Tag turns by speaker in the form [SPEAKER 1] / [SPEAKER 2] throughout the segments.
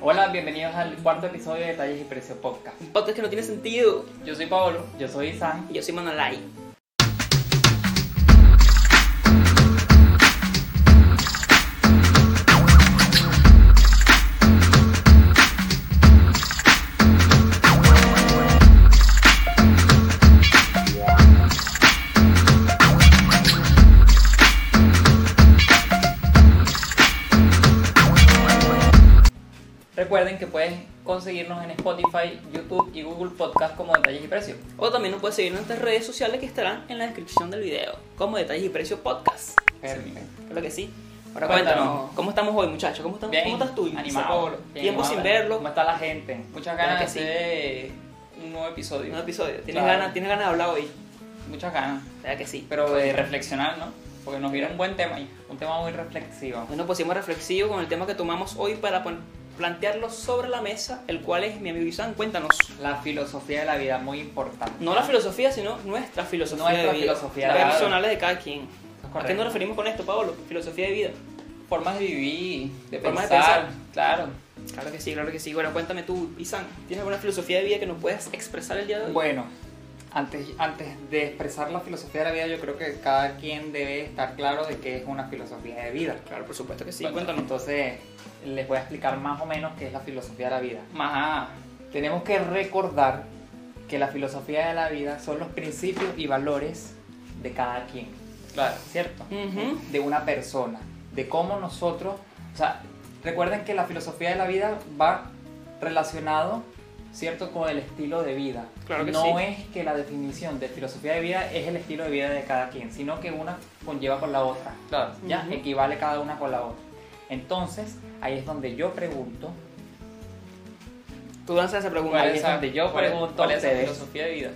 [SPEAKER 1] Hola, bienvenidos al cuarto episodio de Detalles y Precios Podcast.
[SPEAKER 2] Un podcast que no tiene sentido.
[SPEAKER 1] Yo soy Pablo, yo soy San.
[SPEAKER 2] Y yo soy Manolai.
[SPEAKER 1] Recuerden que pueden conseguirnos en Spotify, YouTube y Google Podcast como Detalles y Precios.
[SPEAKER 2] O también nos puedes seguir en nuestras redes sociales que estarán en la descripción del video, como Detalles y Precios Podcast.
[SPEAKER 1] Perfecto.
[SPEAKER 2] Creo que sí. Ahora cuéntanos, ¿cómo estamos hoy, muchachos? ¿Cómo estás,
[SPEAKER 1] Bien,
[SPEAKER 2] ¿cómo estás tú? Dice
[SPEAKER 1] Animado.
[SPEAKER 2] Pablo?
[SPEAKER 1] bien
[SPEAKER 2] Tiempo
[SPEAKER 1] animado.
[SPEAKER 2] sin verlo.
[SPEAKER 1] ¿Cómo está la gente? Muchas ganas
[SPEAKER 2] Claro
[SPEAKER 1] de
[SPEAKER 2] que sí.
[SPEAKER 1] hacer un nuevo episodio.
[SPEAKER 2] Un episodio. ¿Tienes,
[SPEAKER 1] Claro.
[SPEAKER 2] ganas, ¿Tienes ganas de hablar hoy?
[SPEAKER 1] Muchas ganas.
[SPEAKER 2] Claro que sí.
[SPEAKER 1] Pero de reflexionar, ¿no? Porque nos dieron un buen tema ahí. Un tema muy reflexivo.
[SPEAKER 2] Hoy nos pusimos reflexivos con el tema que tomamos hoy para pon- plantearlo sobre la mesa, el cual es mi amigo Isan. Cuéntanos.
[SPEAKER 1] La filosofía de la vida, muy importante.
[SPEAKER 2] No la filosofía, sino nuestra filosofía
[SPEAKER 1] Nuestra
[SPEAKER 2] de vida.
[SPEAKER 1] filosofía,
[SPEAKER 2] Las
[SPEAKER 1] claro.
[SPEAKER 2] personales de cada quien. ¿A qué
[SPEAKER 1] correcto.
[SPEAKER 2] nos referimos con esto, Pablo? Filosofía de vida.
[SPEAKER 1] Formas de vivir, de
[SPEAKER 2] Formas de
[SPEAKER 1] pensar.
[SPEAKER 2] pensar.
[SPEAKER 1] Claro.
[SPEAKER 2] Claro que sí, claro que sí. Bueno, cuéntame tú, Isan, ¿tienes alguna filosofía de vida que nos puedas expresar el día de hoy?
[SPEAKER 1] Bueno, antes, antes de expresar la filosofía de la vida, yo creo que cada quien debe estar claro de qué es una filosofía de vida.
[SPEAKER 2] claro, por supuesto que sí.
[SPEAKER 1] Bueno,
[SPEAKER 2] Cuéntanos.
[SPEAKER 1] Entonces, les voy a explicar más o menos qué es la filosofía de la vida. Más, tenemos que recordar que la filosofía de la vida son los principios y valores de cada quien. Claro. ¿Cierto?
[SPEAKER 2] Ujú.
[SPEAKER 1] De una persona. De cómo nosotros. O sea, recuerden que la filosofía de la vida va relacionado, ¿cierto?, con el estilo de vida.
[SPEAKER 2] Claro que
[SPEAKER 1] no
[SPEAKER 2] sí.
[SPEAKER 1] es que la definición de filosofía de vida es el estilo de vida de cada quien, sino que una conlleva con la otra.
[SPEAKER 3] Claro.
[SPEAKER 1] ¿ya?
[SPEAKER 2] Ujú.
[SPEAKER 1] Equivale cada una con la otra. Entonces, ahí es donde yo pregunto,
[SPEAKER 2] Tú lanzas esa pregunta.
[SPEAKER 1] ¿Cuál
[SPEAKER 2] Ahí
[SPEAKER 1] es
[SPEAKER 2] está.
[SPEAKER 1] donde yo
[SPEAKER 3] ¿Cuál es-
[SPEAKER 1] pregunto
[SPEAKER 3] cuál
[SPEAKER 1] a
[SPEAKER 3] es la
[SPEAKER 1] ustedes,
[SPEAKER 3] filosofía de vida?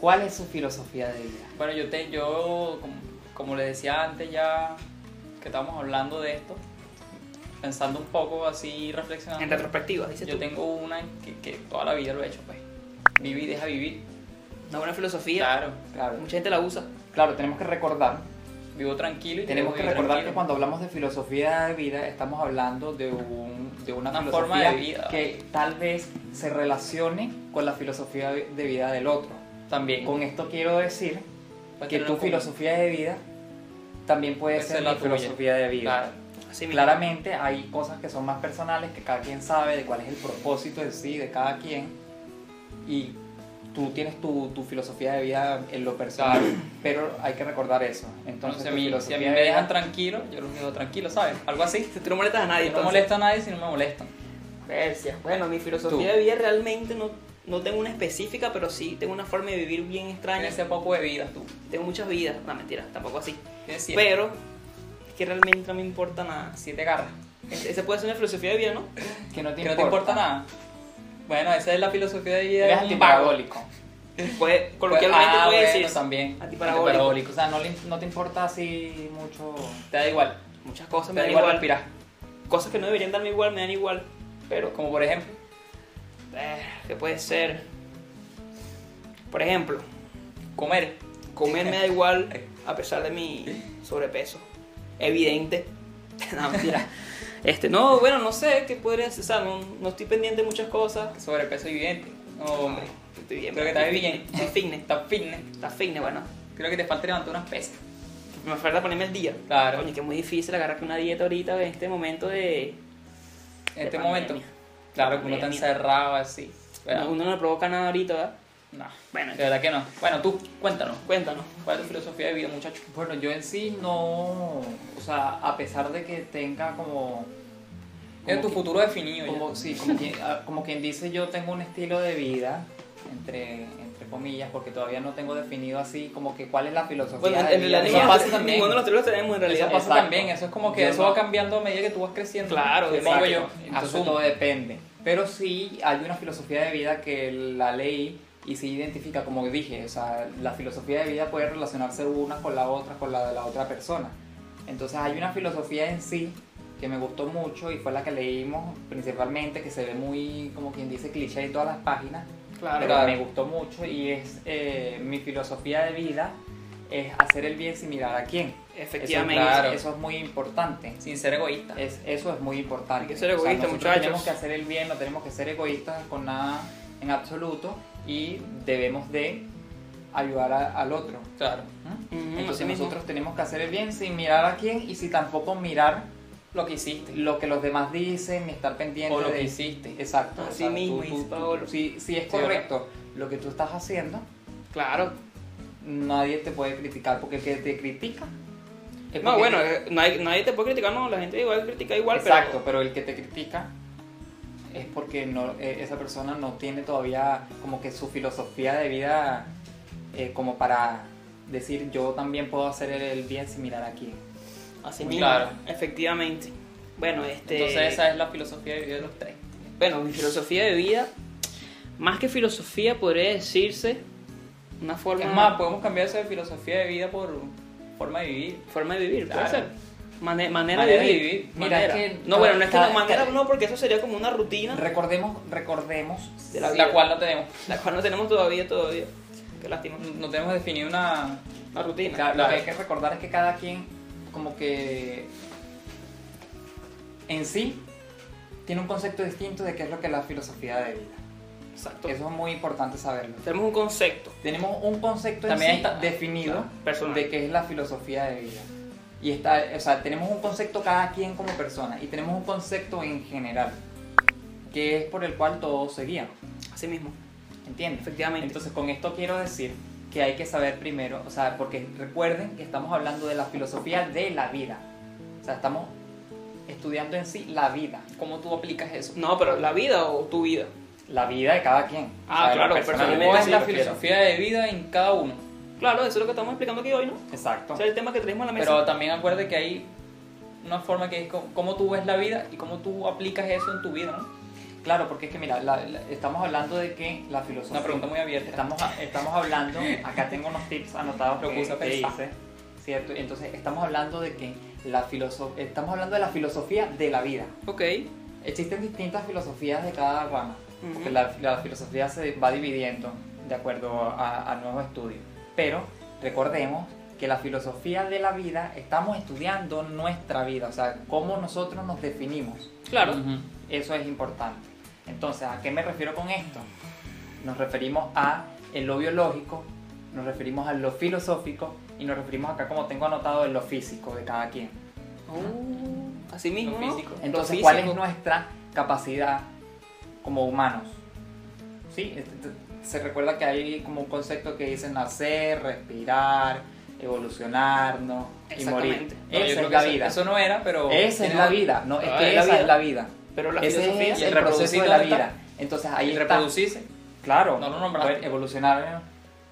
[SPEAKER 1] ¿cuál es su filosofía de vida?
[SPEAKER 3] Bueno, yo te, yo como, como les decía antes ya que estábamos hablando de esto, pensando un poco así reflexionando.
[SPEAKER 2] En retrospectiva, dices
[SPEAKER 3] yo
[SPEAKER 2] tú.
[SPEAKER 3] tengo una que, que toda la vida lo he hecho, pues. Vive y deja vivir.
[SPEAKER 2] Una buena filosofía.
[SPEAKER 3] Claro.
[SPEAKER 1] Claro,
[SPEAKER 2] Mucha gente la usa.
[SPEAKER 1] claro, tenemos que recordar,
[SPEAKER 3] Vivo tranquilo y
[SPEAKER 1] tenemos que
[SPEAKER 3] debo
[SPEAKER 1] recordar que
[SPEAKER 3] vivir tranquilo.
[SPEAKER 1] cuando hablamos de filosofía de vida estamos hablando de, un- de una,
[SPEAKER 3] Una
[SPEAKER 1] filosofía
[SPEAKER 3] forma de vida.
[SPEAKER 1] que tal vez se relacione con la filosofía de vida del otro.
[SPEAKER 3] también
[SPEAKER 1] Con esto quiero decir
[SPEAKER 3] Pues
[SPEAKER 1] que
[SPEAKER 3] tener
[SPEAKER 1] tu
[SPEAKER 3] una común.
[SPEAKER 1] filosofía de vida también puede
[SPEAKER 3] Puede
[SPEAKER 1] ser
[SPEAKER 3] ser
[SPEAKER 1] la
[SPEAKER 3] la tuya.
[SPEAKER 1] filosofía de vida.
[SPEAKER 3] Claro.
[SPEAKER 2] Así mismo.
[SPEAKER 1] Claramente hay cosas que son más personales, que cada quien sabe de cuál es el propósito en sí de cada quien. Y tú tienes tu, tu filosofía de vida en lo personal,
[SPEAKER 3] Claro.
[SPEAKER 1] pero hay que recordar eso. Entonces,
[SPEAKER 3] Entonces, si a
[SPEAKER 1] tu
[SPEAKER 3] mí, si
[SPEAKER 1] filosofía
[SPEAKER 3] a mí
[SPEAKER 1] de
[SPEAKER 3] me
[SPEAKER 1] vida-
[SPEAKER 3] dejan tranquilo, yo los dejo tranquilo, ¿sabes? Algo así.
[SPEAKER 2] Tú no molestas a nadie.
[SPEAKER 3] Yo no
[SPEAKER 2] entonces.
[SPEAKER 3] molesto a nadie si no me molestan.
[SPEAKER 2] Gracias. Bueno, mi filosofía
[SPEAKER 1] Tú.
[SPEAKER 2] de vida realmente no, no tengo una específica, pero sí tengo una forma de vivir bien extraña.
[SPEAKER 3] Tienes ese poco de vida tú.
[SPEAKER 2] Tengo muchas vidas. No, mentira, tampoco así.
[SPEAKER 3] Tienes siete,
[SPEAKER 2] Pero es que realmente no me importa nada.
[SPEAKER 3] siete garras.
[SPEAKER 2] Ese esa puede ser una filosofía de vida, ¿no?
[SPEAKER 1] que no te,
[SPEAKER 3] Que no te importa nada. Bueno, esa es la filosofía de vida.
[SPEAKER 1] Eres
[SPEAKER 3] de un vago.
[SPEAKER 1] antiparabólico.
[SPEAKER 2] Puede,
[SPEAKER 3] Pues,
[SPEAKER 2] coloquialmente
[SPEAKER 3] ah,
[SPEAKER 2] puede
[SPEAKER 3] bueno,
[SPEAKER 2] decir
[SPEAKER 3] también.
[SPEAKER 2] Antiparabólico.
[SPEAKER 1] O sea, no, le- no te importa así mucho.
[SPEAKER 3] Te da igual.
[SPEAKER 2] muchas cosas,
[SPEAKER 3] Te
[SPEAKER 2] me
[SPEAKER 3] da
[SPEAKER 2] dan
[SPEAKER 3] igual
[SPEAKER 2] igual.
[SPEAKER 3] respirar.
[SPEAKER 2] Cosas que no deberían darme igual, me dan igual. Pero,
[SPEAKER 3] Como por ejemplo,
[SPEAKER 2] eh, ¿qué puede ser? Por ejemplo,
[SPEAKER 3] comer.
[SPEAKER 2] comer me da igual a pesar de mi sobrepeso. Evidente. no, mentira. Este, no, bueno, no sé qué podría ser. O sea, no, no estoy pendiente de muchas cosas.
[SPEAKER 3] Sobrepeso viviente. No, hombre.
[SPEAKER 2] Estoy bien.
[SPEAKER 3] Creo que estás bien.
[SPEAKER 2] Estoy fitness.
[SPEAKER 3] Estás fitness.
[SPEAKER 2] Está fitness, bueno.
[SPEAKER 3] Creo que te falta levantar unas pesas.
[SPEAKER 2] Me falta ponerme el día.
[SPEAKER 3] Claro.
[SPEAKER 2] Coño, que es muy difícil agarrar una dieta ahorita en este momento de...
[SPEAKER 3] En este
[SPEAKER 2] pandemia.
[SPEAKER 3] momento. Claro, que uno está
[SPEAKER 2] Pandemia.
[SPEAKER 3] encerrado así. ¿verdad?
[SPEAKER 2] No, Uno no le provoca nada ahorita, ¿verdad?
[SPEAKER 3] No.
[SPEAKER 2] Bueno,
[SPEAKER 3] De verdad que no. Bueno, tú, cuéntanos.
[SPEAKER 2] cuéntanos.
[SPEAKER 3] ¿Cuál es tu filosofía de vida, muchacho?
[SPEAKER 1] Bueno, yo en sí no. O sea, a pesar de que tenga como.
[SPEAKER 3] Es tu
[SPEAKER 1] que-
[SPEAKER 3] futuro definido. ya.
[SPEAKER 1] como, sí, como, quien, ah, como quien dice, yo tengo un estilo de vida, entre, entre comillas, porque todavía no tengo definido así como que cuál es la filosofía.
[SPEAKER 2] Bueno, en
[SPEAKER 1] de
[SPEAKER 2] en
[SPEAKER 1] vida.
[SPEAKER 2] realidad
[SPEAKER 1] Eso
[SPEAKER 2] ninguno-
[SPEAKER 1] pasa también.
[SPEAKER 2] ninguno de los tres lo tenemos en
[SPEAKER 3] Eso
[SPEAKER 2] realidad.
[SPEAKER 3] pasa
[SPEAKER 1] Exacto.
[SPEAKER 3] también, eso es como que
[SPEAKER 1] Yo
[SPEAKER 3] eso
[SPEAKER 1] no-
[SPEAKER 3] va cambiando a medida que tú vas creciendo.
[SPEAKER 2] Claro,
[SPEAKER 3] supongo
[SPEAKER 2] exacto.
[SPEAKER 3] yo.
[SPEAKER 1] Entonces
[SPEAKER 3] Entonces,
[SPEAKER 1] todo depende. Pero sí hay una filosofía de vida que la ley y se identifica, como dije, o sea, la filosofía de vida puede relacionarse una con la otra, con la de la otra persona. Entonces hay una filosofía en sí que me gustó mucho y fue la que leímos principalmente, que se ve muy, como quien dice, cliché en todas las páginas,
[SPEAKER 2] Claro.
[SPEAKER 1] pero me gustó mucho y es eh, mi filosofía de vida es hacer el bien sin mirar a quién.
[SPEAKER 2] Efectivamente.
[SPEAKER 1] Eso,
[SPEAKER 3] claro.
[SPEAKER 1] eso es muy importante.
[SPEAKER 3] Sin ser egoísta.
[SPEAKER 1] Es- eso es muy importante.
[SPEAKER 2] Hay que ser egoísta,
[SPEAKER 1] nosotros
[SPEAKER 2] muchachos.
[SPEAKER 1] Tenemos que hacer el bien, no tenemos que ser egoístas con nada en absoluto y debemos de ayudar a- al otro.
[SPEAKER 3] Claro.
[SPEAKER 1] ¿Mm?
[SPEAKER 2] Ujú, así
[SPEAKER 1] Entonces
[SPEAKER 2] mismo.
[SPEAKER 1] nosotros tenemos que hacer el bien sin mirar a quién y si tampoco mirar
[SPEAKER 3] Lo que hiciste.
[SPEAKER 1] lo que los demás dicen ni estar pendiente
[SPEAKER 3] O lo
[SPEAKER 1] de-
[SPEAKER 3] que hiciste.
[SPEAKER 1] Exacto.
[SPEAKER 2] Así
[SPEAKER 1] o sea, tú-
[SPEAKER 2] mismo,
[SPEAKER 1] tú-
[SPEAKER 2] dice
[SPEAKER 1] tú-
[SPEAKER 2] Paolo.
[SPEAKER 1] si, si es
[SPEAKER 3] Sí, ¿verdad?
[SPEAKER 1] correcto lo que tú estás haciendo,
[SPEAKER 2] Claro.
[SPEAKER 1] nadie te puede criticar porque el que te critica es
[SPEAKER 2] No,
[SPEAKER 1] porque-
[SPEAKER 2] bueno, eh, nadie, nadie te puede criticar, no, la gente igual critica igual,
[SPEAKER 1] Exacto, pero el que te critica es porque no, eh, esa persona no tiene todavía como que su filosofía de vida eh, como para decir yo también puedo hacer el- el bien sin mirar aquí.
[SPEAKER 2] pero así
[SPEAKER 3] Muy
[SPEAKER 2] mismo,
[SPEAKER 3] claro.
[SPEAKER 2] efectivamente. Bueno, este...
[SPEAKER 3] Entonces esa es la filosofía de vida de los tres.
[SPEAKER 2] Bueno, mi filosofía de vida, más que filosofía podría decirse una forma,
[SPEAKER 3] Es más, podemos cambiar eso de filosofía de vida por forma de vivir.
[SPEAKER 2] forma de vivir, puede
[SPEAKER 3] Claro.
[SPEAKER 2] ser. Mane- manera,
[SPEAKER 3] Manera
[SPEAKER 2] de
[SPEAKER 3] de
[SPEAKER 2] vivir.
[SPEAKER 3] vivir,
[SPEAKER 1] mira,
[SPEAKER 2] Manera.
[SPEAKER 1] es que
[SPEAKER 2] no, bueno, no es que
[SPEAKER 1] cada-
[SPEAKER 2] no, manera
[SPEAKER 1] cada-
[SPEAKER 2] no, porque eso sería como una rutina
[SPEAKER 1] Recordemos, recordemos
[SPEAKER 2] de la
[SPEAKER 3] La,
[SPEAKER 2] vida,
[SPEAKER 3] cual no tenemos.
[SPEAKER 2] la cual no tenemos todavía, todavía. Qué lástima.
[SPEAKER 3] No tenemos definido una...
[SPEAKER 2] Una rutina.
[SPEAKER 1] Claro, Lo
[SPEAKER 3] Claro.
[SPEAKER 1] que hay que recordar es que cada quien, como que en sí, tiene un concepto distinto de qué es lo que es la filosofía de vida.
[SPEAKER 2] Exacto.
[SPEAKER 1] Eso es muy importante saberlo.
[SPEAKER 2] Tenemos un concepto.
[SPEAKER 1] Tenemos un concepto en
[SPEAKER 3] También
[SPEAKER 1] sí
[SPEAKER 3] está-
[SPEAKER 1] definido
[SPEAKER 2] claro, personal.
[SPEAKER 1] de qué es la filosofía de vida. Y está, o sea, tenemos un concepto cada quien como persona y tenemos un concepto en general, que es por el cual todos se guían.
[SPEAKER 2] Así mismo.
[SPEAKER 1] ¿Entiendes?
[SPEAKER 2] Efectivamente.
[SPEAKER 1] Entonces, con esto quiero decir que hay que saber primero, o sea, porque recuerden que estamos hablando de la filosofía de la vida. O sea, estamos estudiando en sí la vida.
[SPEAKER 3] ¿Cómo tú aplicas eso?
[SPEAKER 2] No, pero la vida o tu vida.
[SPEAKER 1] La vida de cada quien.
[SPEAKER 2] Ah,
[SPEAKER 1] de lo
[SPEAKER 2] claro,
[SPEAKER 1] personal.
[SPEAKER 2] personalmente
[SPEAKER 3] ¿Cómo es
[SPEAKER 2] sí,
[SPEAKER 3] la
[SPEAKER 2] lo quiero.
[SPEAKER 3] filosofía de vida en cada uno?
[SPEAKER 2] Claro, eso es lo que estamos explicando aquí hoy, ¿no?
[SPEAKER 1] Exacto.
[SPEAKER 2] O sea, el tema que tenemos en la mesa.
[SPEAKER 3] Pero también acuérdate que hay una forma que es co- cómo tú ves la vida y cómo tú aplicas eso en tu vida, ¿no?
[SPEAKER 1] Claro, porque es que mira, la- la- estamos hablando de que la filosofía.
[SPEAKER 3] Una pregunta muy abierta.
[SPEAKER 1] Estamos, a- estamos hablando, acá tengo unos tips anotados
[SPEAKER 3] Lo
[SPEAKER 1] que,
[SPEAKER 3] puse a
[SPEAKER 1] que
[SPEAKER 3] pensar.
[SPEAKER 1] hice, ¿cierto? Entonces, estamos hablando de que la filoso- estamos hablando de la filosofía de la vida.
[SPEAKER 2] Ok.
[SPEAKER 1] Existen distintas filosofías de cada rama,
[SPEAKER 2] Ujú.
[SPEAKER 1] porque la, la filosofía se va dividiendo de acuerdo a, a nuevos estudios. Pero recordemos que la filosofía de la vida estamos estudiando nuestra vida, o sea, cómo nosotros nos definimos.
[SPEAKER 2] Claro.
[SPEAKER 1] Eso es importante. Entonces, ¿a qué me refiero con esto? Nos referimos a en lo biológico, nos referimos a lo filosófico y nos referimos acá, como tengo anotado, en lo físico de cada quien.
[SPEAKER 2] Oh, así mismo.
[SPEAKER 3] Lo
[SPEAKER 2] ¿no?
[SPEAKER 3] físico.
[SPEAKER 1] Entonces,
[SPEAKER 2] Lo
[SPEAKER 1] ¿cuál es
[SPEAKER 2] físico.
[SPEAKER 1] nuestra capacidad como humanos? Sí, este- este- se recuerda que hay como un concepto que dice nacer, respirar, evolucionarnos y morir.
[SPEAKER 2] Exactamente.
[SPEAKER 3] No,
[SPEAKER 1] Esa
[SPEAKER 3] yo creo
[SPEAKER 1] es
[SPEAKER 3] que
[SPEAKER 1] la
[SPEAKER 3] eso-
[SPEAKER 1] vida.
[SPEAKER 3] Eso no era, pero...
[SPEAKER 1] Esa es la vida. No, es
[SPEAKER 2] Ah,
[SPEAKER 1] que
[SPEAKER 2] es la
[SPEAKER 1] esa
[SPEAKER 2] vida.
[SPEAKER 1] es la vida.
[SPEAKER 2] Pero la
[SPEAKER 1] Ese
[SPEAKER 2] filosofía
[SPEAKER 1] es
[SPEAKER 3] y el
[SPEAKER 1] el proceso de
[SPEAKER 3] reproducir,
[SPEAKER 1] la
[SPEAKER 3] ¿dónde
[SPEAKER 1] vida. Entonces ahí
[SPEAKER 3] Y
[SPEAKER 1] está.
[SPEAKER 3] reproducirse.
[SPEAKER 1] Claro.
[SPEAKER 3] No lo nombraste.
[SPEAKER 1] Bueno, evolucionar.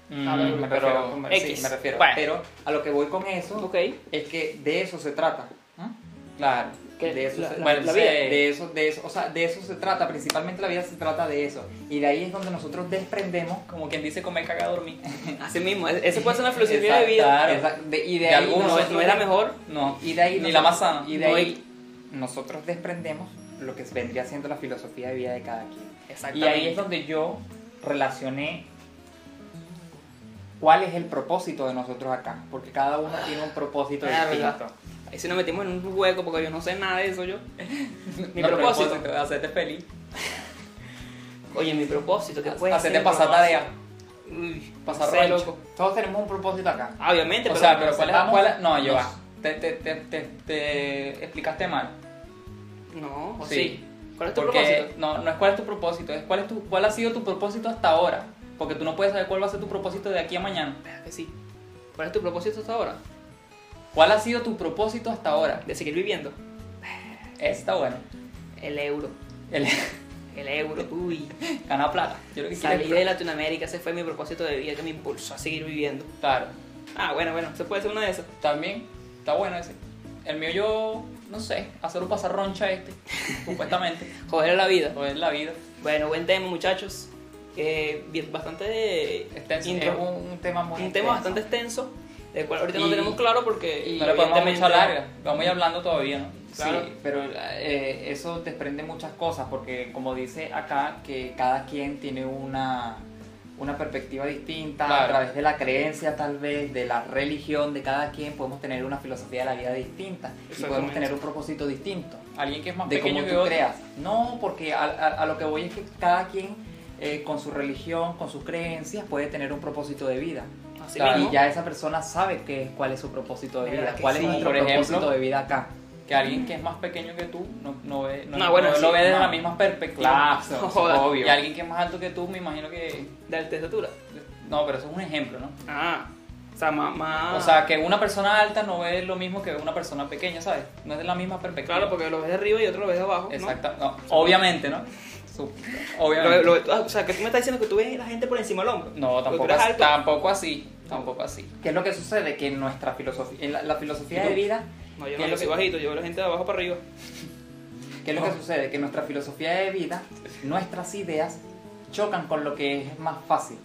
[SPEAKER 3] Mm,
[SPEAKER 1] a lo que me
[SPEAKER 3] pero-
[SPEAKER 1] refiero, como- sí,
[SPEAKER 2] X.
[SPEAKER 1] me refiero.
[SPEAKER 2] Bueno.
[SPEAKER 1] Pero a lo que voy con eso
[SPEAKER 2] Ok.
[SPEAKER 1] es que de eso se trata. ¿m?
[SPEAKER 3] Claro.
[SPEAKER 2] Que
[SPEAKER 1] de eso
[SPEAKER 2] la-
[SPEAKER 1] se,
[SPEAKER 2] la-
[SPEAKER 1] bueno,
[SPEAKER 2] la
[SPEAKER 1] se-
[SPEAKER 2] vida.
[SPEAKER 1] de eso, de eso, o sea, de eso se trata, principalmente la vida se trata de eso. Y de ahí es donde nosotros desprendemos
[SPEAKER 3] Como quien dice comer, cagar, dormir.
[SPEAKER 2] Así mismo. e- Esa puede ser una filosofía de
[SPEAKER 1] Exacto,
[SPEAKER 2] vida.
[SPEAKER 3] claro.
[SPEAKER 1] esa- de- y de,
[SPEAKER 3] De
[SPEAKER 1] ahí
[SPEAKER 3] algunos,
[SPEAKER 2] No,
[SPEAKER 1] nosotros-
[SPEAKER 2] es- no es la mejor.
[SPEAKER 3] No.
[SPEAKER 1] y de ahí
[SPEAKER 3] Ni la más
[SPEAKER 1] nosotros-
[SPEAKER 3] sana.
[SPEAKER 1] Y de
[SPEAKER 2] No
[SPEAKER 1] ahí nosotros desprendemos lo que vendría siendo la filosofía de vida de cada quien. Y
[SPEAKER 2] Exactamente.
[SPEAKER 1] ahí es donde yo relacioné cuál es el propósito de nosotros acá, porque cada uno tiene un propósito
[SPEAKER 2] Ah,
[SPEAKER 1] distinto.
[SPEAKER 2] Ahí sí nos metimos en un hueco porque yo no sé nada de eso yo. Mi
[SPEAKER 3] No,
[SPEAKER 2] propósito.
[SPEAKER 3] Hacerte feliz.
[SPEAKER 2] Oye, mi propósito, ¿qué puede
[SPEAKER 3] Hacerte
[SPEAKER 2] ser?
[SPEAKER 3] pasar
[SPEAKER 2] Propósito.
[SPEAKER 3] tarea.
[SPEAKER 2] Uy,
[SPEAKER 3] Pasar
[SPEAKER 2] no sé,
[SPEAKER 3] rancho.
[SPEAKER 2] loco.
[SPEAKER 1] Todos tenemos un propósito acá.
[SPEAKER 2] Ah, Obviamente,
[SPEAKER 3] O
[SPEAKER 2] pero,
[SPEAKER 3] sea, pero ¿cuál es la...
[SPEAKER 1] ¿Vamos?
[SPEAKER 3] cuál es- No, yo
[SPEAKER 1] Nos-
[SPEAKER 3] va. Te, te, te, te, te explicaste mal.
[SPEAKER 2] No, o sí.
[SPEAKER 3] Sí.
[SPEAKER 2] ¿Cuál es tu
[SPEAKER 3] Porque
[SPEAKER 2] propósito?
[SPEAKER 3] no, no es cuál es tu propósito, es cuál, es tu, cuál ha sido tu propósito hasta ahora. Porque tú no puedes saber cuál va a ser tu propósito de aquí a mañana.
[SPEAKER 2] Vea que sí. ¿Cuál es tu propósito hasta ahora?
[SPEAKER 3] ¿Cuál ha sido tu propósito hasta ahora?
[SPEAKER 2] De seguir viviendo.
[SPEAKER 3] Está bueno.
[SPEAKER 2] El euro.
[SPEAKER 3] El,
[SPEAKER 2] El euro. Uy.
[SPEAKER 3] ganar plata. Yo lo que quiero es
[SPEAKER 2] Salir de Latinoamérica, ese fue mi propósito de vida que me impulsó a seguir viviendo.
[SPEAKER 3] plata. Claro.
[SPEAKER 2] Ah, bueno, bueno, se puede ser una de esas.
[SPEAKER 3] También está bueno ese. El mío yo, no sé, hacer un pasarroncha este, supuestamente.
[SPEAKER 2] Joder a la vida.
[SPEAKER 3] O es la vida.
[SPEAKER 2] Bueno, buen tema, muchachos. Eh, bien- bastante
[SPEAKER 3] Extenso.
[SPEAKER 2] intro-
[SPEAKER 1] Es un, un tema muy
[SPEAKER 2] un
[SPEAKER 1] extenso.
[SPEAKER 2] tema bastante extenso, del cual ahorita no
[SPEAKER 3] Y-
[SPEAKER 2] tenemos claro porque
[SPEAKER 3] No le podemos dar mucha
[SPEAKER 2] evidentemente-
[SPEAKER 3] larga. Vamos a ir hablando todavía, ¿no?
[SPEAKER 2] Claro.
[SPEAKER 1] Sí, pero eh, eso desprende muchas cosas porque como dice acá que cada quien tiene una una perspectiva distinta, a
[SPEAKER 3] Claro.
[SPEAKER 1] través de la creencia tal vez, de la religión de cada quien, podemos tener una filosofía de la vida distinta y podemos
[SPEAKER 2] Exactamente.
[SPEAKER 1] tener un propósito distinto
[SPEAKER 3] Alguien que es más
[SPEAKER 1] de cómo
[SPEAKER 3] pequeño que
[SPEAKER 1] tú
[SPEAKER 3] otro.
[SPEAKER 1] creas. No, porque a, a- a lo que voy es que cada quien eh, con su religión, con sus creencias, puede tener un propósito de vida.
[SPEAKER 2] Así
[SPEAKER 3] Claro.
[SPEAKER 2] mismo.
[SPEAKER 1] Y ya esa persona sabe qué es, cuál es su propósito de
[SPEAKER 2] Mira
[SPEAKER 1] vida,
[SPEAKER 2] que
[SPEAKER 1] cuál
[SPEAKER 2] sí.
[SPEAKER 1] es nuestro
[SPEAKER 3] Por ejemplo,
[SPEAKER 1] propósito de vida acá.
[SPEAKER 3] Que alguien que es más pequeño que tú no, no ve, no,
[SPEAKER 2] No, Ah, bueno,
[SPEAKER 3] no
[SPEAKER 2] sí,
[SPEAKER 3] lo ve desde
[SPEAKER 2] no.
[SPEAKER 3] la misma perspectiva.
[SPEAKER 1] Claro,
[SPEAKER 2] Joder.
[SPEAKER 1] obvio.
[SPEAKER 3] Y alguien que es más alto que tú, me imagino que.
[SPEAKER 2] De alta estatura.
[SPEAKER 3] No, pero eso es un ejemplo, ¿no?
[SPEAKER 2] Ah. O sea, más. más-
[SPEAKER 3] O sea, que una persona alta no ve lo mismo que una persona pequeña, ¿sabes? No es de la misma perspectiva.
[SPEAKER 2] Claro, porque lo ves de arriba y otro lo ves de abajo. ¿no?
[SPEAKER 3] Exacta. no, obviamente, ¿no? Su-
[SPEAKER 2] Lo-
[SPEAKER 3] Obviamente.
[SPEAKER 2] lo- tú- o sea, que tú me estás diciendo que tú ves la gente por encima del hombro.
[SPEAKER 3] No,
[SPEAKER 2] Porque tú
[SPEAKER 3] tampoco
[SPEAKER 2] eres
[SPEAKER 3] así,
[SPEAKER 2] alto.
[SPEAKER 3] tampoco así. Tampoco así.
[SPEAKER 1] ¿Qué es lo que sucede? Que en nuestra filosofía, en la, la filosofía
[SPEAKER 2] ¿Y tú?
[SPEAKER 1] de vida,
[SPEAKER 2] No, yo
[SPEAKER 1] ¿Qué
[SPEAKER 2] no
[SPEAKER 1] es
[SPEAKER 2] lo
[SPEAKER 1] lo
[SPEAKER 2] soy
[SPEAKER 1] que-
[SPEAKER 2] bajito, yo veo la gente de abajo para arriba.
[SPEAKER 1] ¿qué es lo que sucede? Que en nuestra filosofía de vida, nuestras ideas chocan con lo que es más fácil.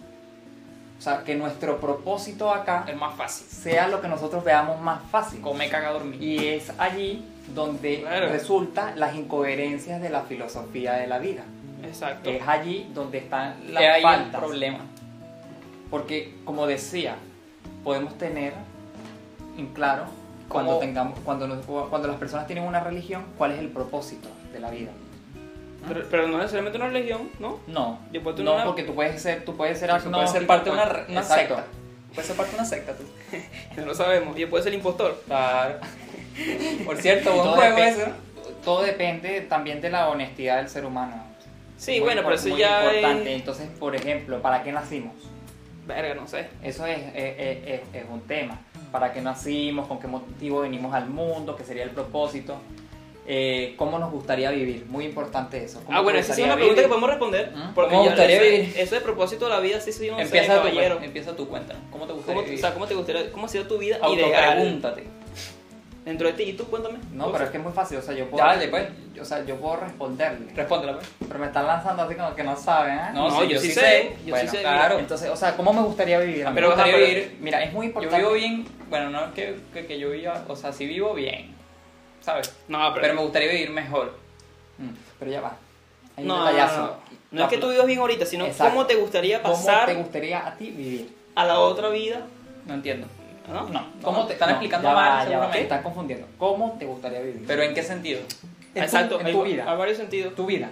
[SPEAKER 1] O sea, que nuestro propósito acá
[SPEAKER 3] Es más fácil.
[SPEAKER 1] sea lo que nosotros veamos más fácil.
[SPEAKER 3] Come, caga, dormir.
[SPEAKER 1] Y es allí donde
[SPEAKER 2] Claro.
[SPEAKER 1] resultan las incoherencias de la filosofía de la vida.
[SPEAKER 2] Exacto.
[SPEAKER 3] Eh.
[SPEAKER 1] Es allí donde están
[SPEAKER 3] Que
[SPEAKER 1] las
[SPEAKER 3] hay un
[SPEAKER 1] faltas.
[SPEAKER 3] problema.
[SPEAKER 1] Porque, como decía, podemos tener en claro cuando,
[SPEAKER 3] Como-
[SPEAKER 1] tengamos, cuando, nos- cuando las personas tienen una religión, cuál es el propósito de la vida.
[SPEAKER 2] Pero, pero no necesariamente una religión, ¿no?
[SPEAKER 1] No,
[SPEAKER 2] Yo puedo tener
[SPEAKER 1] no
[SPEAKER 2] una-
[SPEAKER 1] porque tú puedes ser, tú puedes ser
[SPEAKER 3] Tú puedes ser
[SPEAKER 1] agnóstico,
[SPEAKER 3] parte de una,
[SPEAKER 1] puedes-
[SPEAKER 3] re- una
[SPEAKER 1] Exacto.
[SPEAKER 3] secta. Puedes ser Pues parte de una secta tú.
[SPEAKER 2] No lo sabemos. Yo puedo ser el impostor.
[SPEAKER 3] Claro. Por cierto,
[SPEAKER 1] Y
[SPEAKER 3] buen
[SPEAKER 1] todo
[SPEAKER 3] juego
[SPEAKER 1] depende-
[SPEAKER 3] ese. ¿no?
[SPEAKER 1] Todo depende también de la honestidad del ser humano.
[SPEAKER 2] Sí,
[SPEAKER 1] Muy
[SPEAKER 2] bueno, pero
[SPEAKER 1] impor-
[SPEAKER 2] eso
[SPEAKER 1] muy
[SPEAKER 2] ya
[SPEAKER 1] importante.
[SPEAKER 2] es...
[SPEAKER 1] Entonces, por ejemplo, ¿para qué nacimos?
[SPEAKER 2] Verga, no sé.
[SPEAKER 1] Eso es, es- es- es- es un tema. ¿Para qué nacimos? ¿Con qué motivo venimos al mundo? ¿Qué sería el propósito? Eh, ¿Cómo nos gustaría vivir? Muy importante eso. ¿Cómo
[SPEAKER 2] Ah,
[SPEAKER 1] te
[SPEAKER 2] bueno, esa sí
[SPEAKER 1] gustaría
[SPEAKER 2] es una pregunta que
[SPEAKER 1] vivir?
[SPEAKER 2] podemos responder.
[SPEAKER 3] ¿Mm?
[SPEAKER 2] Porque
[SPEAKER 3] ¿Cómo
[SPEAKER 2] yo-
[SPEAKER 3] gustaría
[SPEAKER 2] ese-
[SPEAKER 3] vivir?
[SPEAKER 2] Eso de propósito de la vida, sí, sí, yo no sé,
[SPEAKER 3] Empieza, tu,
[SPEAKER 2] caballero.
[SPEAKER 3] cuenta, empieza tu cuenta. ¿no? ¿Cómo te
[SPEAKER 2] ¿Cómo,
[SPEAKER 3] gustaría
[SPEAKER 2] te- o
[SPEAKER 3] vivir?
[SPEAKER 2] sea, ¿Cómo te gustaría, cómo ha sido tu vida ideal
[SPEAKER 3] Autopregúntate.
[SPEAKER 2] dentro de ti? Y tú cuéntame.
[SPEAKER 1] No, pero es que es muy fácil. O sea, yo puedo,
[SPEAKER 3] Dale, pues.
[SPEAKER 1] o sea, yo puedo responderle.
[SPEAKER 3] Respóndela, pues.
[SPEAKER 1] Pero me están lanzando así como que no saben, ¿eh?
[SPEAKER 3] No, sí, yo sí sé.
[SPEAKER 2] Yo
[SPEAKER 1] Bueno,
[SPEAKER 2] sí sé.
[SPEAKER 3] claro.
[SPEAKER 1] Entonces, o sea, ¿cómo me gustaría vivir?
[SPEAKER 3] A
[SPEAKER 2] Ah,
[SPEAKER 3] mí
[SPEAKER 2] Pero,
[SPEAKER 3] me gustaría
[SPEAKER 2] ajá, pero-
[SPEAKER 3] vivir.
[SPEAKER 1] Mira, es muy
[SPEAKER 3] Yo
[SPEAKER 1] importante.
[SPEAKER 3] vivo bien. Bueno, no es que, que, que yo viva. O sea, sí vivo bien. ¿Sabes?
[SPEAKER 2] No, pero...
[SPEAKER 3] Pero me gustaría vivir mejor.
[SPEAKER 1] Mm, Pero ya va. Hay
[SPEAKER 2] no,
[SPEAKER 1] un
[SPEAKER 2] no, no,
[SPEAKER 1] detallazo.
[SPEAKER 2] no. No es que tú vivas bien ahorita, sino
[SPEAKER 1] Exacto.
[SPEAKER 2] cómo te gustaría
[SPEAKER 1] ¿Cómo
[SPEAKER 2] pasar
[SPEAKER 1] te gustaría a ti vivir?
[SPEAKER 2] a la otra vida.
[SPEAKER 3] No entiendo.
[SPEAKER 2] ¿No?
[SPEAKER 3] No. ¿Cómo te están
[SPEAKER 1] No,
[SPEAKER 3] explicando
[SPEAKER 1] ya va,
[SPEAKER 3] mal?
[SPEAKER 1] ya va, Te
[SPEAKER 3] seguramente.
[SPEAKER 1] están confundiendo. ¿Cómo te gustaría vivir?
[SPEAKER 3] Pero ¿en qué sentido?
[SPEAKER 1] En
[SPEAKER 2] Exacto,
[SPEAKER 1] tu- en
[SPEAKER 2] hay-
[SPEAKER 1] tu vida.
[SPEAKER 2] Hay varios sentidos.
[SPEAKER 1] tu vida.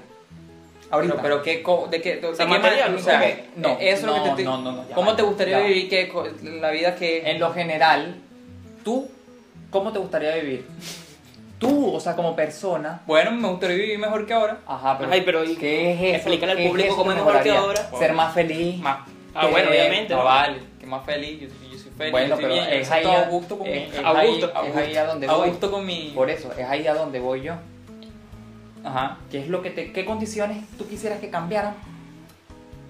[SPEAKER 1] Ahorita.
[SPEAKER 3] Pero, pero qué, co- de qué, de
[SPEAKER 2] sea,
[SPEAKER 3] qué
[SPEAKER 2] material,
[SPEAKER 3] manera,
[SPEAKER 2] ¿no?
[SPEAKER 3] o sea,
[SPEAKER 1] Ok, no,
[SPEAKER 3] eh, eso es lo que
[SPEAKER 1] no,
[SPEAKER 3] te estoy-
[SPEAKER 1] no, no, no, ya
[SPEAKER 3] ¿Cómo
[SPEAKER 1] va,
[SPEAKER 3] te gustaría
[SPEAKER 1] ya va.
[SPEAKER 3] vivir? ¿Qué, co- la vida que
[SPEAKER 1] en lo general, tú, ¿cómo te gustaría vivir? Tú, o sea, como persona.
[SPEAKER 3] Bueno, me gustaría vivir mejor que ahora.
[SPEAKER 1] Ajá, pero,
[SPEAKER 2] Ay, pero, ¿y
[SPEAKER 1] ¿qué es eso?
[SPEAKER 2] explícale al
[SPEAKER 1] ¿Qué es
[SPEAKER 2] público
[SPEAKER 1] eso
[SPEAKER 2] cómo
[SPEAKER 1] que
[SPEAKER 2] es mejor que
[SPEAKER 1] mejoraría?
[SPEAKER 2] ahora?
[SPEAKER 1] Ser más feliz.
[SPEAKER 3] Más.
[SPEAKER 2] Ah, bueno,
[SPEAKER 1] Eh,
[SPEAKER 2] obviamente.
[SPEAKER 3] No
[SPEAKER 2] ¿no?
[SPEAKER 3] vale, que más feliz, yo, yo soy feliz.
[SPEAKER 1] Bueno,
[SPEAKER 3] yo estoy
[SPEAKER 1] pero
[SPEAKER 3] bien, yo
[SPEAKER 1] es
[SPEAKER 3] soy
[SPEAKER 1] ahí
[SPEAKER 3] todo
[SPEAKER 1] a-
[SPEAKER 3] a gusto con
[SPEAKER 1] es-
[SPEAKER 3] mi-
[SPEAKER 1] es
[SPEAKER 3] a
[SPEAKER 1] ahí-
[SPEAKER 3] gusto, a
[SPEAKER 1] es
[SPEAKER 3] gusto.
[SPEAKER 1] ahí a donde
[SPEAKER 3] A
[SPEAKER 1] voy.
[SPEAKER 3] gusto Ah, con mi...
[SPEAKER 1] Por eso, es ahí a donde voy yo.
[SPEAKER 3] Ajá.
[SPEAKER 1] ¿Qué es lo que te, qué condiciones tú quisieras que cambiaran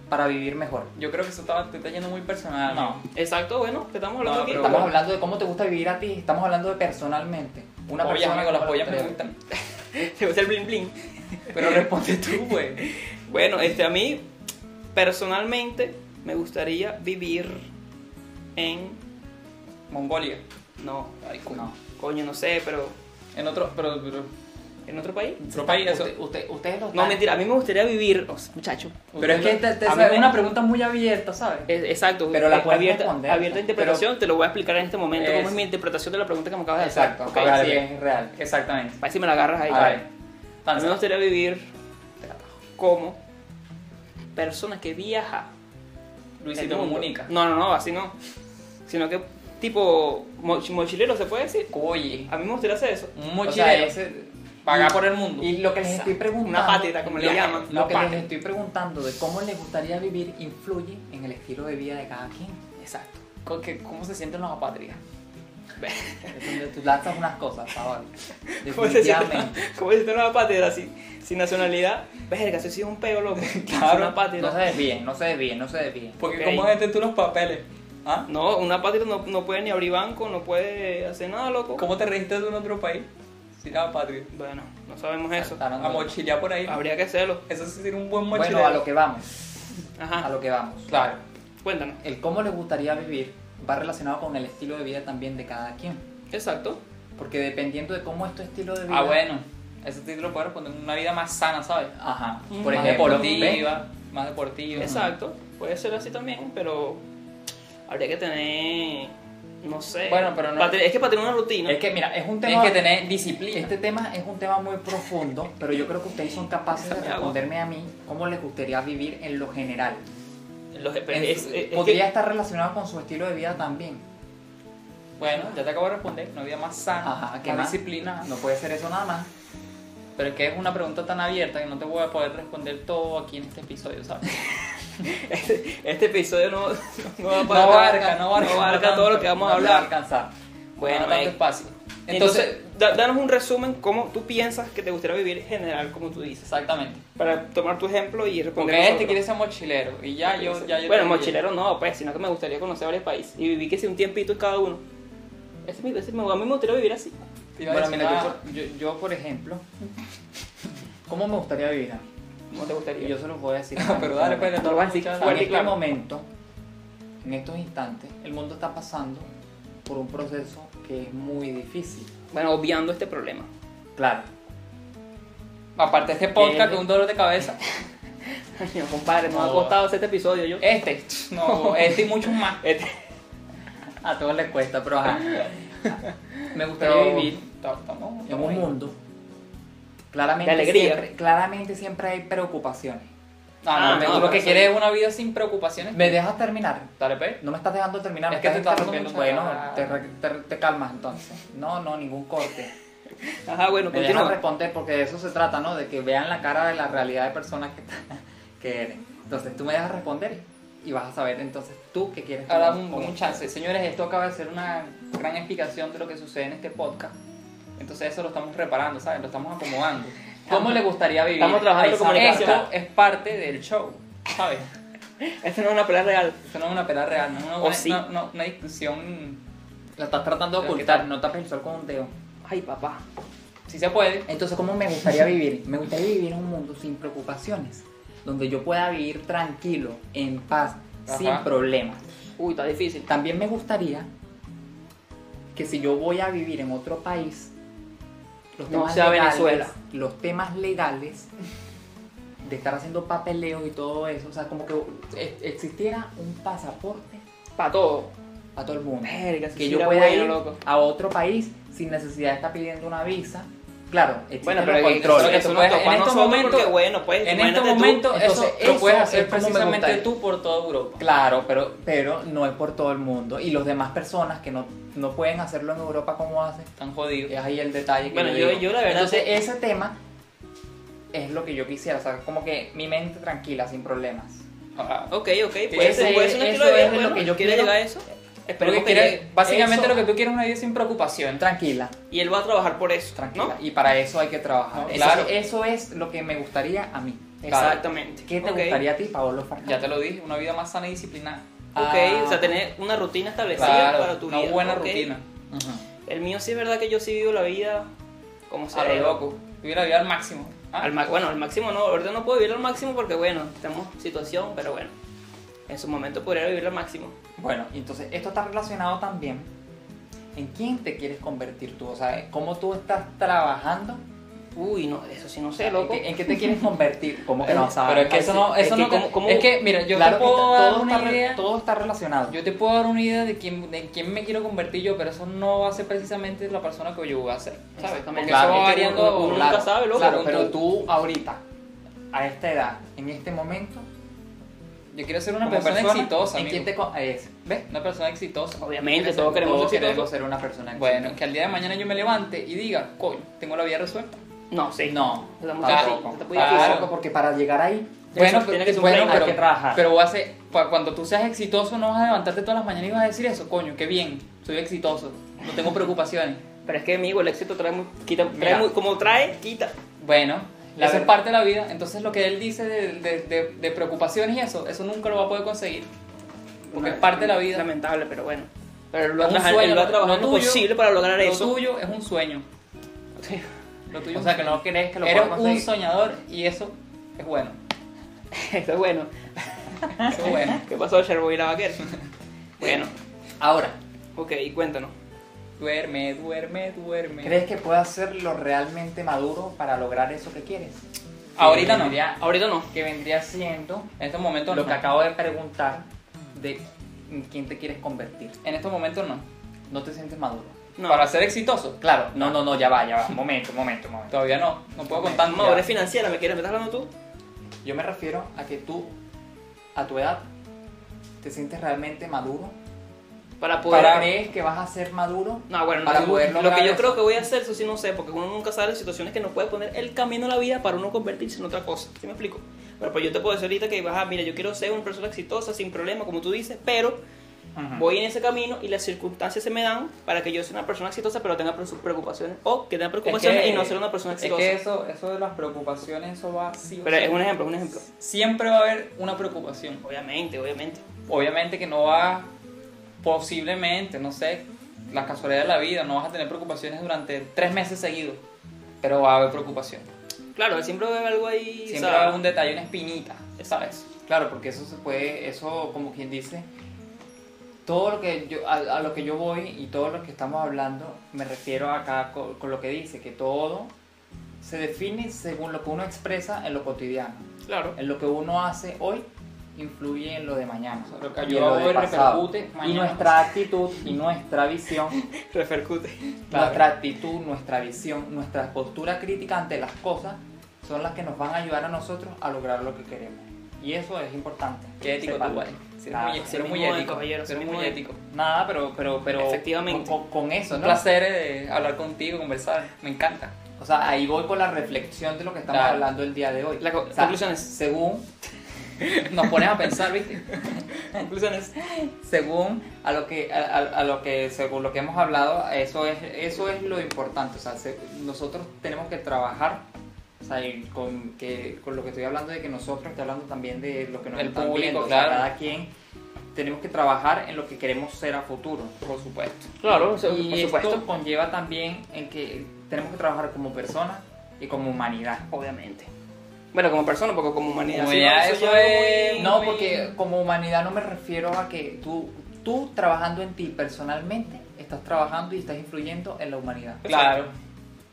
[SPEAKER 1] para vivir mejor?
[SPEAKER 3] Yo creo que eso estaba, te está yendo muy personal.
[SPEAKER 1] No.
[SPEAKER 2] Exacto, bueno, que estamos hablando
[SPEAKER 3] No,
[SPEAKER 2] aquí.
[SPEAKER 3] pero-
[SPEAKER 1] Estamos hablando de cómo te gusta vivir a ti, estamos hablando de personalmente. Una
[SPEAKER 3] Una pollas,
[SPEAKER 1] persona
[SPEAKER 3] amigo, las
[SPEAKER 1] ¿cómo le
[SPEAKER 3] pollas me
[SPEAKER 1] gustaría?
[SPEAKER 3] gustan.
[SPEAKER 2] Te gusta el bling bling.
[SPEAKER 3] Pero responde tú, güey.
[SPEAKER 2] Bueno, este, a mí, personalmente, me gustaría vivir en.
[SPEAKER 3] Mongolia.
[SPEAKER 2] No,
[SPEAKER 3] Ay, coño.
[SPEAKER 1] No.
[SPEAKER 2] coño, no sé, pero.
[SPEAKER 3] En otro, pero, pero,
[SPEAKER 2] ¿En otro país?
[SPEAKER 3] otro país, eso.
[SPEAKER 1] Usted- usted- ustedes lo
[SPEAKER 2] No,
[SPEAKER 1] están-
[SPEAKER 2] mentira, a mí me gustaría vivir. o sea, muchacho.
[SPEAKER 1] Ah. Pero es que te, te-
[SPEAKER 3] A mí
[SPEAKER 1] es
[SPEAKER 3] me-
[SPEAKER 1] una pregunta muy abierta, ¿sabes?
[SPEAKER 2] es- exacto,
[SPEAKER 1] Pero la
[SPEAKER 2] es
[SPEAKER 1] puedes
[SPEAKER 2] abierta,
[SPEAKER 1] responder,
[SPEAKER 2] abierta
[SPEAKER 1] ¿no?
[SPEAKER 2] interpretación, te lo voy a explicar en este momento. ¿Cómo
[SPEAKER 1] Es-
[SPEAKER 2] es mi interpretación de la pregunta que me acabas de hacer?
[SPEAKER 1] Exacto,
[SPEAKER 2] Ok,
[SPEAKER 1] para ver
[SPEAKER 2] sí.
[SPEAKER 1] si es real.
[SPEAKER 3] Exactamente.
[SPEAKER 2] Para ver si me la agarras ahí.
[SPEAKER 1] A
[SPEAKER 2] vale.
[SPEAKER 1] ver.
[SPEAKER 2] A mí me
[SPEAKER 3] Lanza.
[SPEAKER 2] gustaría vivir como persona que viaja el
[SPEAKER 3] Luisito
[SPEAKER 2] mundo.
[SPEAKER 3] comunica.
[SPEAKER 2] No, no, no, así no. Sino que tipo moch- mochilero se puede decir.
[SPEAKER 3] Oye,
[SPEAKER 2] A mí me gustaría hacer eso.
[SPEAKER 3] un
[SPEAKER 1] O sea,
[SPEAKER 3] mochilero.
[SPEAKER 1] ese-
[SPEAKER 3] Pagar por el mundo.
[SPEAKER 1] Y lo que les estoy preguntando,
[SPEAKER 2] Una patita, como le
[SPEAKER 1] lo-
[SPEAKER 2] llaman,
[SPEAKER 1] lo
[SPEAKER 2] una
[SPEAKER 1] que
[SPEAKER 2] patita.
[SPEAKER 1] les estoy preguntando de cómo les gustaría vivir influye en el estilo de vida de cada quien.
[SPEAKER 2] Exacto.
[SPEAKER 3] Co- que- ¿Cómo se sienten los apátridas?
[SPEAKER 1] Es donde tú lanzas unas cosas, chaval.
[SPEAKER 2] ¿Cómo se siente?
[SPEAKER 1] Definitivamente.
[SPEAKER 2] ¿Cómo se siente una patria así? Sin nacionalidad. Verga, eso sí es un peo, loco.
[SPEAKER 1] Claro,
[SPEAKER 2] una patria.
[SPEAKER 1] no se desvíen, no se desvíen, no se desvíen.
[SPEAKER 3] Porque
[SPEAKER 2] Ok.
[SPEAKER 3] ¿cómo vendes tú los papeles? ¿Ah?
[SPEAKER 2] No, una patria no, no puede ni abrir banco, no puede hacer nada, loco.
[SPEAKER 3] ¿Cómo te registras tú en otro país? Si nada patria.
[SPEAKER 2] Bueno, no sabemos eso.
[SPEAKER 1] Claro.
[SPEAKER 3] A mochilear por ahí.
[SPEAKER 2] Habría que hacerlo.
[SPEAKER 3] Eso sí sería un buen mochilero.
[SPEAKER 1] Bueno, a lo que vamos, a
[SPEAKER 2] Ajá.
[SPEAKER 1] lo que vamos.
[SPEAKER 3] Claro.
[SPEAKER 2] Cuéntanos.
[SPEAKER 1] El cómo les gustaría vivir va relacionado con el estilo de vida también de cada quien.
[SPEAKER 2] Exacto.
[SPEAKER 1] Porque dependiendo de cómo es tu estilo de vida.
[SPEAKER 2] Ah,
[SPEAKER 3] Ah, bueno. Ese título puede responder una vida más sana, ¿sabes?
[SPEAKER 1] Ajá.
[SPEAKER 2] Mm.
[SPEAKER 1] Por
[SPEAKER 3] más
[SPEAKER 1] ejemplo,
[SPEAKER 3] deportiva.
[SPEAKER 1] ¿ves?
[SPEAKER 3] más deportivos.
[SPEAKER 2] Exacto, puede ser así también, pero habría que tener, no sé.
[SPEAKER 3] Bueno, pero no-
[SPEAKER 2] pa' tener- es que para tener una rutina.
[SPEAKER 1] Es que, mira, es un tema...
[SPEAKER 3] Tienes que tener disciplina.
[SPEAKER 1] Este tema es un tema muy profundo, pero yo creo que ustedes son capaces de
[SPEAKER 2] Déjame agua.
[SPEAKER 1] responderme a mí cómo les gustaría vivir en lo general.
[SPEAKER 2] los, es-
[SPEAKER 1] En-
[SPEAKER 2] es- es que-
[SPEAKER 1] podría estar relacionado con su estilo de vida también.
[SPEAKER 3] Bueno, ya te acabo de responder, no había más sana,
[SPEAKER 1] Ajá, ¿qué
[SPEAKER 3] más
[SPEAKER 1] más?
[SPEAKER 3] disciplina.
[SPEAKER 1] No puede ser eso nada más.
[SPEAKER 3] Pero es que es una pregunta tan abierta que no te voy a poder responder todo aquí en este episodio, ¿sabes?
[SPEAKER 2] este, este episodio no, no, va a
[SPEAKER 3] No
[SPEAKER 2] parar-
[SPEAKER 3] abarca, no abarca,
[SPEAKER 2] abarca todo lo que vamos a
[SPEAKER 1] No te va
[SPEAKER 2] hablar.
[SPEAKER 1] alcanzar.
[SPEAKER 2] Bueno,
[SPEAKER 3] no tanto
[SPEAKER 2] eh,
[SPEAKER 3] espacio.
[SPEAKER 2] entonces,
[SPEAKER 3] Entonces,
[SPEAKER 2] da- danos un resumen cómo tú piensas que te gustaría vivir en general, como tú dices.
[SPEAKER 3] exactamente.
[SPEAKER 2] Para tomar tu ejemplo y responder.
[SPEAKER 3] Porque este
[SPEAKER 2] nosotros.
[SPEAKER 3] quiere ser mochilero y ya yo, ya yo
[SPEAKER 2] bueno,
[SPEAKER 3] también.
[SPEAKER 2] mochilero no, pues, sino que me gustaría conocer varios países y vivir que sea un tiempito en cada uno. Ese, es mi- ese, es mi- a mí me gustaría vivir así.
[SPEAKER 3] Te iba a
[SPEAKER 1] Bueno,
[SPEAKER 3] decir,
[SPEAKER 1] mira,
[SPEAKER 3] ah,
[SPEAKER 1] yo, por- yo, yo, por ejemplo, ¿cómo me gustaría vivir? a mí?
[SPEAKER 2] ¿Cómo te
[SPEAKER 1] Y
[SPEAKER 2] gustaría?
[SPEAKER 1] yo se los voy a decir.
[SPEAKER 3] pero dale, pues,
[SPEAKER 2] No lo vas a decir
[SPEAKER 1] En
[SPEAKER 3] escuchas-
[SPEAKER 2] fuerte y
[SPEAKER 1] este
[SPEAKER 2] claro.
[SPEAKER 1] momento, en estos instantes, el mundo está pasando por un proceso que es muy difícil.
[SPEAKER 2] Bueno, obviando este problema.
[SPEAKER 1] Claro.
[SPEAKER 3] Aparte este podcast
[SPEAKER 1] ¿Qué?
[SPEAKER 3] que es un dolor de cabeza.
[SPEAKER 2] Ay, compadre, nos ha
[SPEAKER 3] No.
[SPEAKER 2] costado hacer este episodio yo.
[SPEAKER 3] Este, no, este y muchos más.
[SPEAKER 2] Este-
[SPEAKER 1] A todos les cuesta, pero ajá. Me gustaría
[SPEAKER 3] Pero
[SPEAKER 1] vivir
[SPEAKER 3] ta- estamos-
[SPEAKER 1] en
[SPEAKER 3] estamos
[SPEAKER 1] un
[SPEAKER 3] ahí.
[SPEAKER 1] mundo. Claramente,
[SPEAKER 2] De alegría.
[SPEAKER 1] Siempre, claramente siempre hay preocupaciones.
[SPEAKER 3] No, no,
[SPEAKER 2] Ah,
[SPEAKER 3] me-
[SPEAKER 2] no,
[SPEAKER 3] tú lo
[SPEAKER 2] pero
[SPEAKER 3] que
[SPEAKER 2] eso-
[SPEAKER 3] quieres es una vida sin preocupaciones.
[SPEAKER 1] ¿Me dejas terminar?
[SPEAKER 3] Dale, pe.
[SPEAKER 1] No me estás dejando terminar,
[SPEAKER 3] Es
[SPEAKER 1] me
[SPEAKER 3] que
[SPEAKER 1] estás
[SPEAKER 3] te estás
[SPEAKER 1] interrumpiendo. Bueno, te,
[SPEAKER 3] rompiendo
[SPEAKER 1] re- te- te calmas entonces. No, no, ningún corte.
[SPEAKER 2] Ajá, bueno,
[SPEAKER 1] Me dejas
[SPEAKER 2] continúa.
[SPEAKER 1] responder porque de eso se trata, ¿no? De que vean la cara de la realidad de persona que, que eres. Entonces tú me dejas responder y vas a saber entonces tú qué quieres.
[SPEAKER 3] Ahora
[SPEAKER 1] como-
[SPEAKER 3] un,
[SPEAKER 1] como-
[SPEAKER 3] un chance. Señores, esto acaba de ser una gran explicación de lo que sucede en este podcast. Entonces eso lo estamos reparando, ¿sabes? Lo estamos acomodando. ¿Cómo le gustaría vivir?
[SPEAKER 2] estamos trabajando
[SPEAKER 3] Ahí
[SPEAKER 2] la
[SPEAKER 3] está.
[SPEAKER 2] comunicación.
[SPEAKER 3] Esto es parte del show, ¿sabes?
[SPEAKER 2] Esta no es una pelea real.
[SPEAKER 3] Esto no es una pelea real, no es una,
[SPEAKER 2] O sí.
[SPEAKER 3] no- no- una discusión...
[SPEAKER 1] La estás tratando de
[SPEAKER 3] Pero, ¿qué
[SPEAKER 1] ocultar,
[SPEAKER 3] tal?
[SPEAKER 1] no tapes el sol con un dedo.
[SPEAKER 2] Ay, papá.
[SPEAKER 3] Si se puede.
[SPEAKER 1] Entonces, ¿cómo me gustaría vivir? Me gustaría vivir en un mundo sin preocupaciones, donde yo pueda vivir tranquilo, en paz,
[SPEAKER 3] Ajá.
[SPEAKER 1] sin problemas.
[SPEAKER 2] Uy, está difícil.
[SPEAKER 1] También me gustaría que si yo voy a vivir en otro país, los
[SPEAKER 2] No
[SPEAKER 1] temas
[SPEAKER 2] sea
[SPEAKER 1] legales,
[SPEAKER 2] Venezuela.
[SPEAKER 1] los temas legales de estar haciendo papeleos y todo eso, o sea, como que eh, existiera un pasaporte
[SPEAKER 2] Para todo.
[SPEAKER 1] a todo el mundo.
[SPEAKER 2] Verga, eso
[SPEAKER 1] Que
[SPEAKER 2] sí
[SPEAKER 1] yo
[SPEAKER 2] era
[SPEAKER 1] pueda
[SPEAKER 2] bueno,
[SPEAKER 1] ir
[SPEAKER 2] loco.
[SPEAKER 1] a otro país sin necesidad de estar pidiendo una visa. Claro, existen
[SPEAKER 2] Bueno,
[SPEAKER 1] los
[SPEAKER 2] Este pero que-
[SPEAKER 1] controles.
[SPEAKER 2] eso, que
[SPEAKER 3] Eso
[SPEAKER 2] tú
[SPEAKER 3] no
[SPEAKER 2] puedes,
[SPEAKER 3] topa
[SPEAKER 2] en este estos
[SPEAKER 3] nosotros
[SPEAKER 2] momentos,
[SPEAKER 3] porque,
[SPEAKER 2] bueno, pues,
[SPEAKER 3] En
[SPEAKER 2] imagínate
[SPEAKER 3] este
[SPEAKER 2] tú.
[SPEAKER 3] momento
[SPEAKER 1] Entonces,
[SPEAKER 3] eso lo
[SPEAKER 1] eso
[SPEAKER 3] puedes
[SPEAKER 1] es
[SPEAKER 3] hacer
[SPEAKER 1] como me
[SPEAKER 3] precisamente
[SPEAKER 1] gustaría.
[SPEAKER 3] tú por toda Europa.
[SPEAKER 1] Claro, pero, pero no es por todo el mundo. Y las demás personas que no, no pueden hacerlo en Europa como hacen,
[SPEAKER 3] Tan jodido.
[SPEAKER 1] es ahí el detalle que
[SPEAKER 2] Bueno,
[SPEAKER 1] yo,
[SPEAKER 2] yo-
[SPEAKER 1] digo.
[SPEAKER 2] yo la verdad
[SPEAKER 1] Entonces,
[SPEAKER 2] que-
[SPEAKER 1] ese tema es lo que yo quisiera. O sea, como que mi mente tranquila, sin problemas.
[SPEAKER 3] Ahora,
[SPEAKER 2] Ok, ok, puede ser,
[SPEAKER 1] Ese-
[SPEAKER 2] puede ser
[SPEAKER 1] eso
[SPEAKER 2] un estilo de vida,
[SPEAKER 1] es lo
[SPEAKER 2] bueno,
[SPEAKER 1] que yo
[SPEAKER 2] ¿quiere
[SPEAKER 1] quiero.
[SPEAKER 2] llegar a eso?
[SPEAKER 3] Pero
[SPEAKER 2] Esperemos
[SPEAKER 3] que
[SPEAKER 2] que
[SPEAKER 3] quieres-
[SPEAKER 2] llegue.
[SPEAKER 3] básicamente
[SPEAKER 1] eso-
[SPEAKER 3] lo que tú quieres es una vida sin preocupación.
[SPEAKER 1] Tranquila,
[SPEAKER 2] Y él va a trabajar por eso,
[SPEAKER 1] tranquila.
[SPEAKER 2] ¿no?
[SPEAKER 1] Y para eso hay que trabajar.
[SPEAKER 3] No,
[SPEAKER 1] Eso-
[SPEAKER 3] claro.
[SPEAKER 1] Eso, es lo que me gustaría a mí.
[SPEAKER 2] Exactamente.
[SPEAKER 1] ¿Qué te
[SPEAKER 2] Ok.
[SPEAKER 1] gustaría a ti, Paolo Farcán?
[SPEAKER 3] Ya te lo dije, una vida más sana y disciplinada.
[SPEAKER 2] Ok,
[SPEAKER 1] Ah.
[SPEAKER 2] o sea, tener una rutina establecida
[SPEAKER 3] Claro,
[SPEAKER 2] para tu
[SPEAKER 3] una
[SPEAKER 2] vida.
[SPEAKER 3] buena
[SPEAKER 2] ok.
[SPEAKER 3] rutina.
[SPEAKER 1] Ujú.
[SPEAKER 2] El mío sí es verdad que yo sí vivo la vida como se
[SPEAKER 3] A lo loco. Vivir la vida al máximo. Ah,
[SPEAKER 2] Al ma- bueno, al máximo no, ahorita no puedo vivir al máximo porque bueno, tenemos situación, pero bueno, en su momento podría vivir al máximo.
[SPEAKER 1] Bueno, y entonces esto está relacionado también en quién te quieres convertir tú, o sea, cómo tú estás trabajando,
[SPEAKER 2] Uy, no, eso sí no sé, loco.
[SPEAKER 1] ¿En, qué, en qué te quieres convertir, como que no sabes.
[SPEAKER 3] Pero es que eso no,
[SPEAKER 2] Es
[SPEAKER 3] eso
[SPEAKER 2] que
[SPEAKER 3] no te-
[SPEAKER 2] como- como-
[SPEAKER 3] es que mira, yo
[SPEAKER 1] Claro
[SPEAKER 3] te
[SPEAKER 1] que
[SPEAKER 3] puedo
[SPEAKER 1] está-
[SPEAKER 3] dar
[SPEAKER 1] todo,
[SPEAKER 3] una
[SPEAKER 1] está, re-
[SPEAKER 3] idea.
[SPEAKER 1] todo está relacionado.
[SPEAKER 3] Yo te puedo dar una idea de quién, de quién me quiero convertir yo, pero eso no va a ser precisamente la persona que yo voy a ser. ¿Sabes? Porque
[SPEAKER 2] Exactamente.
[SPEAKER 3] eso va
[SPEAKER 2] Claro, es que
[SPEAKER 3] variando.
[SPEAKER 2] uno- uno
[SPEAKER 3] claro.
[SPEAKER 2] nunca sabe, loco,
[SPEAKER 1] Claro,
[SPEAKER 2] con
[SPEAKER 1] pero
[SPEAKER 2] tu-
[SPEAKER 1] tú ahorita, a esta edad, en este momento,
[SPEAKER 3] Yo quiero ser una
[SPEAKER 1] como
[SPEAKER 3] persona,
[SPEAKER 1] persona,
[SPEAKER 3] exitosa.
[SPEAKER 1] ¿en quién
[SPEAKER 3] amigo.
[SPEAKER 1] te co- es? ¿Ves?
[SPEAKER 3] Una persona exitosa.
[SPEAKER 2] Obviamente,
[SPEAKER 3] Quiero ser-
[SPEAKER 2] todos queremos
[SPEAKER 1] Todos
[SPEAKER 2] ser
[SPEAKER 1] queremos
[SPEAKER 2] exitosos.
[SPEAKER 1] ser una persona
[SPEAKER 3] Bueno, que
[SPEAKER 1] exitosa.
[SPEAKER 3] al día de mañana yo me levante y diga, coño, tengo la vida resuelta.
[SPEAKER 2] No, sí.
[SPEAKER 1] no,
[SPEAKER 2] Estamos
[SPEAKER 1] tampoco,
[SPEAKER 2] así, te voy a
[SPEAKER 1] tampoco,
[SPEAKER 3] decir.
[SPEAKER 1] porque para llegar ahí,
[SPEAKER 2] Tiene
[SPEAKER 3] Bueno,
[SPEAKER 2] que-
[SPEAKER 3] pero,
[SPEAKER 2] tiene que ser un
[SPEAKER 3] bueno,
[SPEAKER 2] plan,
[SPEAKER 3] pero,
[SPEAKER 1] hay que trabajar.
[SPEAKER 3] pero vas a ser- pa- cuando tú seas exitoso no vas a levantarte todas las mañanas y vas a decir eso, coño, qué bien, soy exitoso, no tengo preocupaciones.
[SPEAKER 2] Pero es que, amigo, el éxito trae, mu- quita, trae
[SPEAKER 3] Mira.
[SPEAKER 2] mu- como trae, quita.
[SPEAKER 3] Bueno,
[SPEAKER 1] La
[SPEAKER 3] eso es
[SPEAKER 1] verdad.
[SPEAKER 3] parte de la vida, entonces lo que él dice de, de- de- de preocupaciones y eso, eso nunca lo va a poder conseguir, porque
[SPEAKER 2] Una-
[SPEAKER 3] es parte de la vida.
[SPEAKER 2] Lamentable, pero bueno. Pero él va a
[SPEAKER 3] Es un
[SPEAKER 2] trabajar,
[SPEAKER 3] sueño,
[SPEAKER 2] él va a
[SPEAKER 3] lo-
[SPEAKER 2] trabajar
[SPEAKER 3] lo
[SPEAKER 2] lo,
[SPEAKER 3] tuyo-
[SPEAKER 2] posible para lograr
[SPEAKER 3] Lo
[SPEAKER 2] eso.
[SPEAKER 3] tuyo es un sueño, lo tuyo
[SPEAKER 1] o
[SPEAKER 3] es
[SPEAKER 1] sea,
[SPEAKER 3] un
[SPEAKER 1] que
[SPEAKER 3] sueño.
[SPEAKER 1] no crees que lo
[SPEAKER 3] Eres
[SPEAKER 1] puedas
[SPEAKER 3] un
[SPEAKER 1] conseguir.
[SPEAKER 3] soñador y eso es bueno,
[SPEAKER 2] Esto es bueno.
[SPEAKER 3] eso es bueno.
[SPEAKER 2] ¿Qué pasó, Sherboy y la vaquera? bueno,
[SPEAKER 1] Ahora,
[SPEAKER 2] ok, cuéntanos.
[SPEAKER 3] Duerme, duerme, duerme.
[SPEAKER 1] ¿Crees que puedas ser lo realmente maduro para lograr eso que quieres?
[SPEAKER 3] Ahorita no.
[SPEAKER 1] vendría-
[SPEAKER 2] Ahorita no.
[SPEAKER 3] Que vendría siendo
[SPEAKER 1] En estos momentos
[SPEAKER 3] lo
[SPEAKER 1] no.
[SPEAKER 3] que acabo de preguntar de en quién te quieres convertir.
[SPEAKER 1] En estos momentos no.
[SPEAKER 3] No te sientes maduro.
[SPEAKER 2] No.
[SPEAKER 3] Para ser exitoso, claro.
[SPEAKER 1] No, no, no, ya va, ya va. Momento, momento, momento.
[SPEAKER 3] Todavía no. No puedo contar.
[SPEAKER 2] Tan madurez
[SPEAKER 3] ya.
[SPEAKER 2] financiera, ¿me quieres? ¿Me estás hablando tú?
[SPEAKER 1] Yo me refiero a que tú, a tu edad, te sientes realmente maduro.
[SPEAKER 2] Para poder.
[SPEAKER 1] ¿Para crees que vas a ser maduro?
[SPEAKER 2] No, bueno,
[SPEAKER 1] para
[SPEAKER 2] no,
[SPEAKER 1] poder
[SPEAKER 2] lo
[SPEAKER 1] lograr
[SPEAKER 2] que yo
[SPEAKER 1] eso.
[SPEAKER 2] creo que voy a hacer, eso sí no sé, porque uno nunca sabe las situaciones que nos puede poner el camino a la vida para uno convertirse en otra cosa. ¿Sí me explico? Bueno, pues yo te puedo decir ahorita que vas a, mira, yo quiero ser una persona exitosa, sin problema, como tú dices, pero voy en ese camino y las circunstancias se me dan para que yo sea una persona exitosa, pero tenga sus preocupaciones, o que tenga preocupaciones y no ser una persona
[SPEAKER 3] es
[SPEAKER 2] exitosa.
[SPEAKER 3] que eso, eso de las preocupaciones, eso va sí o
[SPEAKER 2] pero
[SPEAKER 3] sí.
[SPEAKER 2] es un ejemplo, es un ejemplo.
[SPEAKER 3] Siempre va a haber una preocupación.
[SPEAKER 2] Obviamente, obviamente.
[SPEAKER 3] Obviamente que no va, posiblemente, no sé, la casualidad de la vida, no vas a tener preocupaciones durante tres meses seguidos, pero va a haber preocupación.
[SPEAKER 2] Claro, siempre va a haber algo ahí.
[SPEAKER 3] Siempre
[SPEAKER 2] ¿sabes?
[SPEAKER 3] va a haber un detalle, una espinita, ¿sabes?
[SPEAKER 1] Claro, porque eso se puede, eso como quien dice, todo lo que yo, a, a lo que yo voy y todo lo que estamos hablando, me refiero acá co- con, lo que dice, que todo se define según lo que uno expresa en lo cotidiano.
[SPEAKER 2] Claro.
[SPEAKER 1] En lo que uno hace hoy influye en lo de mañana.
[SPEAKER 3] sea, lo que
[SPEAKER 1] y
[SPEAKER 3] yo
[SPEAKER 1] en lo
[SPEAKER 3] hago
[SPEAKER 1] del
[SPEAKER 3] hoy
[SPEAKER 1] pasado.
[SPEAKER 3] repercute
[SPEAKER 1] Y
[SPEAKER 3] mañana.
[SPEAKER 1] nuestra actitud y nuestra visión
[SPEAKER 2] Repercute.
[SPEAKER 3] Claro.
[SPEAKER 1] Nuestra actitud, nuestra visión, nuestra postura crítica ante las cosas son las que nos van a ayudar a nosotros a lograr lo que queremos. Y eso es importante.
[SPEAKER 3] Qué ético
[SPEAKER 1] Sepan.
[SPEAKER 3] tú, vale. Ah, Ser
[SPEAKER 1] Nada,
[SPEAKER 3] muy,
[SPEAKER 2] sí
[SPEAKER 3] ser muy
[SPEAKER 2] mismo,
[SPEAKER 3] ético,
[SPEAKER 2] caballero, sí
[SPEAKER 3] ser
[SPEAKER 2] mismo
[SPEAKER 3] muy
[SPEAKER 2] ético.
[SPEAKER 3] ético.
[SPEAKER 1] Nada, pero, pero, pero
[SPEAKER 2] Efectivamente.
[SPEAKER 1] Con, con eso,
[SPEAKER 3] Un
[SPEAKER 1] ¿no?
[SPEAKER 3] placer eh, hablar contigo, conversar, me encanta.
[SPEAKER 1] O sea, ahí voy con la reflexión de lo que estamos
[SPEAKER 3] Claro.
[SPEAKER 1] hablando el día de hoy.
[SPEAKER 2] La co-
[SPEAKER 1] O sea,
[SPEAKER 2] conclusiones.
[SPEAKER 1] Según,
[SPEAKER 3] Nos pones a pensar, ¿viste?
[SPEAKER 2] Conclusiones.
[SPEAKER 1] según a lo que, a, a- a lo que, según lo que hemos hablado, eso es, eso es lo importante. O sea, se- nosotros tenemos que trabajar. O sea, y con, que, con lo que estoy hablando de que nosotros, estoy hablando también de lo que nos
[SPEAKER 3] El
[SPEAKER 1] están
[SPEAKER 3] público,
[SPEAKER 1] viendo, o sea,
[SPEAKER 3] claro.
[SPEAKER 1] cada quien tenemos que trabajar en lo que queremos ser a futuro.
[SPEAKER 3] Por supuesto.
[SPEAKER 2] Claro, o sea,
[SPEAKER 1] y
[SPEAKER 2] por
[SPEAKER 1] esto
[SPEAKER 2] supuesto.
[SPEAKER 1] conlleva también en que tenemos que trabajar como personas y como humanidad.
[SPEAKER 2] Obviamente. Bueno, como persona, porque como humanidad.
[SPEAKER 3] Como
[SPEAKER 2] sí, no,
[SPEAKER 3] ya
[SPEAKER 2] eso
[SPEAKER 3] eso
[SPEAKER 2] ya
[SPEAKER 3] es-
[SPEAKER 2] muy-
[SPEAKER 1] No,
[SPEAKER 2] muy-
[SPEAKER 1] porque como humanidad no me refiero a que tú, tú trabajando en ti personalmente, estás trabajando y estás influyendo en la humanidad.
[SPEAKER 3] Claro.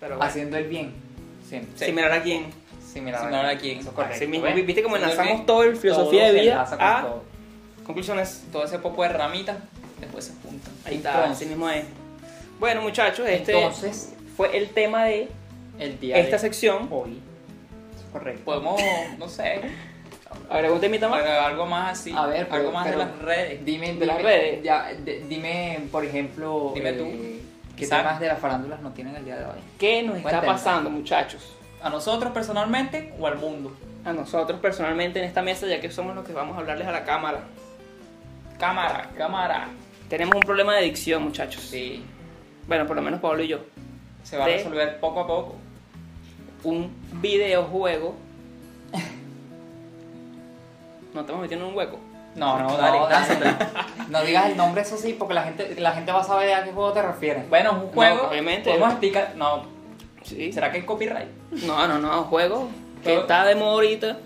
[SPEAKER 2] Pero bueno,
[SPEAKER 1] Haciendo el bien, siempre.
[SPEAKER 2] sin mirar a quién.
[SPEAKER 1] Sin mirar
[SPEAKER 3] Sin mirar a quién.
[SPEAKER 1] Eso es correcto.
[SPEAKER 2] Así mismo,
[SPEAKER 1] ¿ves?
[SPEAKER 2] Viste cómo
[SPEAKER 3] Sin mirar a
[SPEAKER 2] enlazamos
[SPEAKER 3] quién.
[SPEAKER 2] todo en filosofía
[SPEAKER 1] Todo
[SPEAKER 2] de
[SPEAKER 1] se
[SPEAKER 2] vida
[SPEAKER 1] enlaza con
[SPEAKER 2] a
[SPEAKER 1] todo.
[SPEAKER 2] conclusiones.
[SPEAKER 3] Todo ese poco de ramitas, después se juntan.
[SPEAKER 2] Ahí está,
[SPEAKER 1] Entonces-
[SPEAKER 2] así mismo es. Bueno, muchachos, este
[SPEAKER 1] Entonces,
[SPEAKER 2] fue el tema de
[SPEAKER 1] el día
[SPEAKER 2] esta
[SPEAKER 1] de
[SPEAKER 2] sección.
[SPEAKER 1] hoy. Eso es correcto.
[SPEAKER 3] Este Podemos, no sé,
[SPEAKER 2] Ahora, un temita más.
[SPEAKER 3] agregar algo más así.
[SPEAKER 1] A ver,
[SPEAKER 3] algo
[SPEAKER 1] pero-
[SPEAKER 3] más
[SPEAKER 1] pero-
[SPEAKER 3] de las redes.
[SPEAKER 1] Dime,
[SPEAKER 2] de las
[SPEAKER 1] dime-
[SPEAKER 2] redes.
[SPEAKER 1] ya, de- dime, por ejemplo, eh,
[SPEAKER 3] Dime tú.
[SPEAKER 1] ¿qué
[SPEAKER 3] Sam.
[SPEAKER 1] temas de las farándulas no tienen el día de hoy?
[SPEAKER 2] ¿Qué nos
[SPEAKER 1] Buen
[SPEAKER 2] está
[SPEAKER 1] tema.
[SPEAKER 2] pasando, muchachos?
[SPEAKER 3] ¿A nosotros personalmente o al mundo?
[SPEAKER 2] A nosotros personalmente en esta mesa, ya que somos los que vamos a hablarles a la cámara.
[SPEAKER 3] Cámara, cámara.
[SPEAKER 2] Tenemos un problema de adicción, muchachos.
[SPEAKER 3] Sí,
[SPEAKER 2] Bueno, por lo menos Pablo y yo.
[SPEAKER 3] se va a
[SPEAKER 2] De-
[SPEAKER 3] resolver poco a poco.
[SPEAKER 2] un videojuego. No estamos metiendo en un hueco.
[SPEAKER 3] No, no,
[SPEAKER 1] No,
[SPEAKER 3] dale,
[SPEAKER 1] dale.
[SPEAKER 3] lánzate.
[SPEAKER 1] No digas el nombre, eso sí, porque la gente, la gente va a saber a qué juego te refieres.
[SPEAKER 3] Bueno, es un juego.
[SPEAKER 2] obviamente.
[SPEAKER 3] Podemos explicar. No,
[SPEAKER 2] Sí.
[SPEAKER 3] ¿será que es copyright?
[SPEAKER 2] No, no, no, juego que
[SPEAKER 3] Juego.
[SPEAKER 2] está de moda ahorita,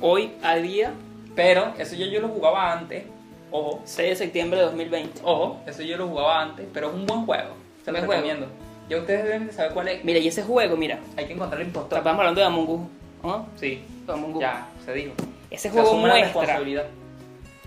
[SPEAKER 2] hoy al día,
[SPEAKER 3] Pero eso yo, yo lo jugaba antes. Ojo,
[SPEAKER 2] 6 de septiembre de 2020.
[SPEAKER 3] ojo, eso yo lo jugaba antes, pero es un buen juego. Se lo
[SPEAKER 2] Buen juego.
[SPEAKER 3] recomiendo. Ya ustedes deben de saber cuál es.
[SPEAKER 2] Mira, y ese juego, mira,
[SPEAKER 3] Hay que encontrar el impostor.
[SPEAKER 2] estamos hablando de Among Us. ¿ah?
[SPEAKER 3] Sí,
[SPEAKER 2] De Among Us.
[SPEAKER 3] ya, se dijo.
[SPEAKER 2] Ese
[SPEAKER 3] Se
[SPEAKER 2] juego
[SPEAKER 3] asume la
[SPEAKER 2] muestra
[SPEAKER 3] responsabilidad.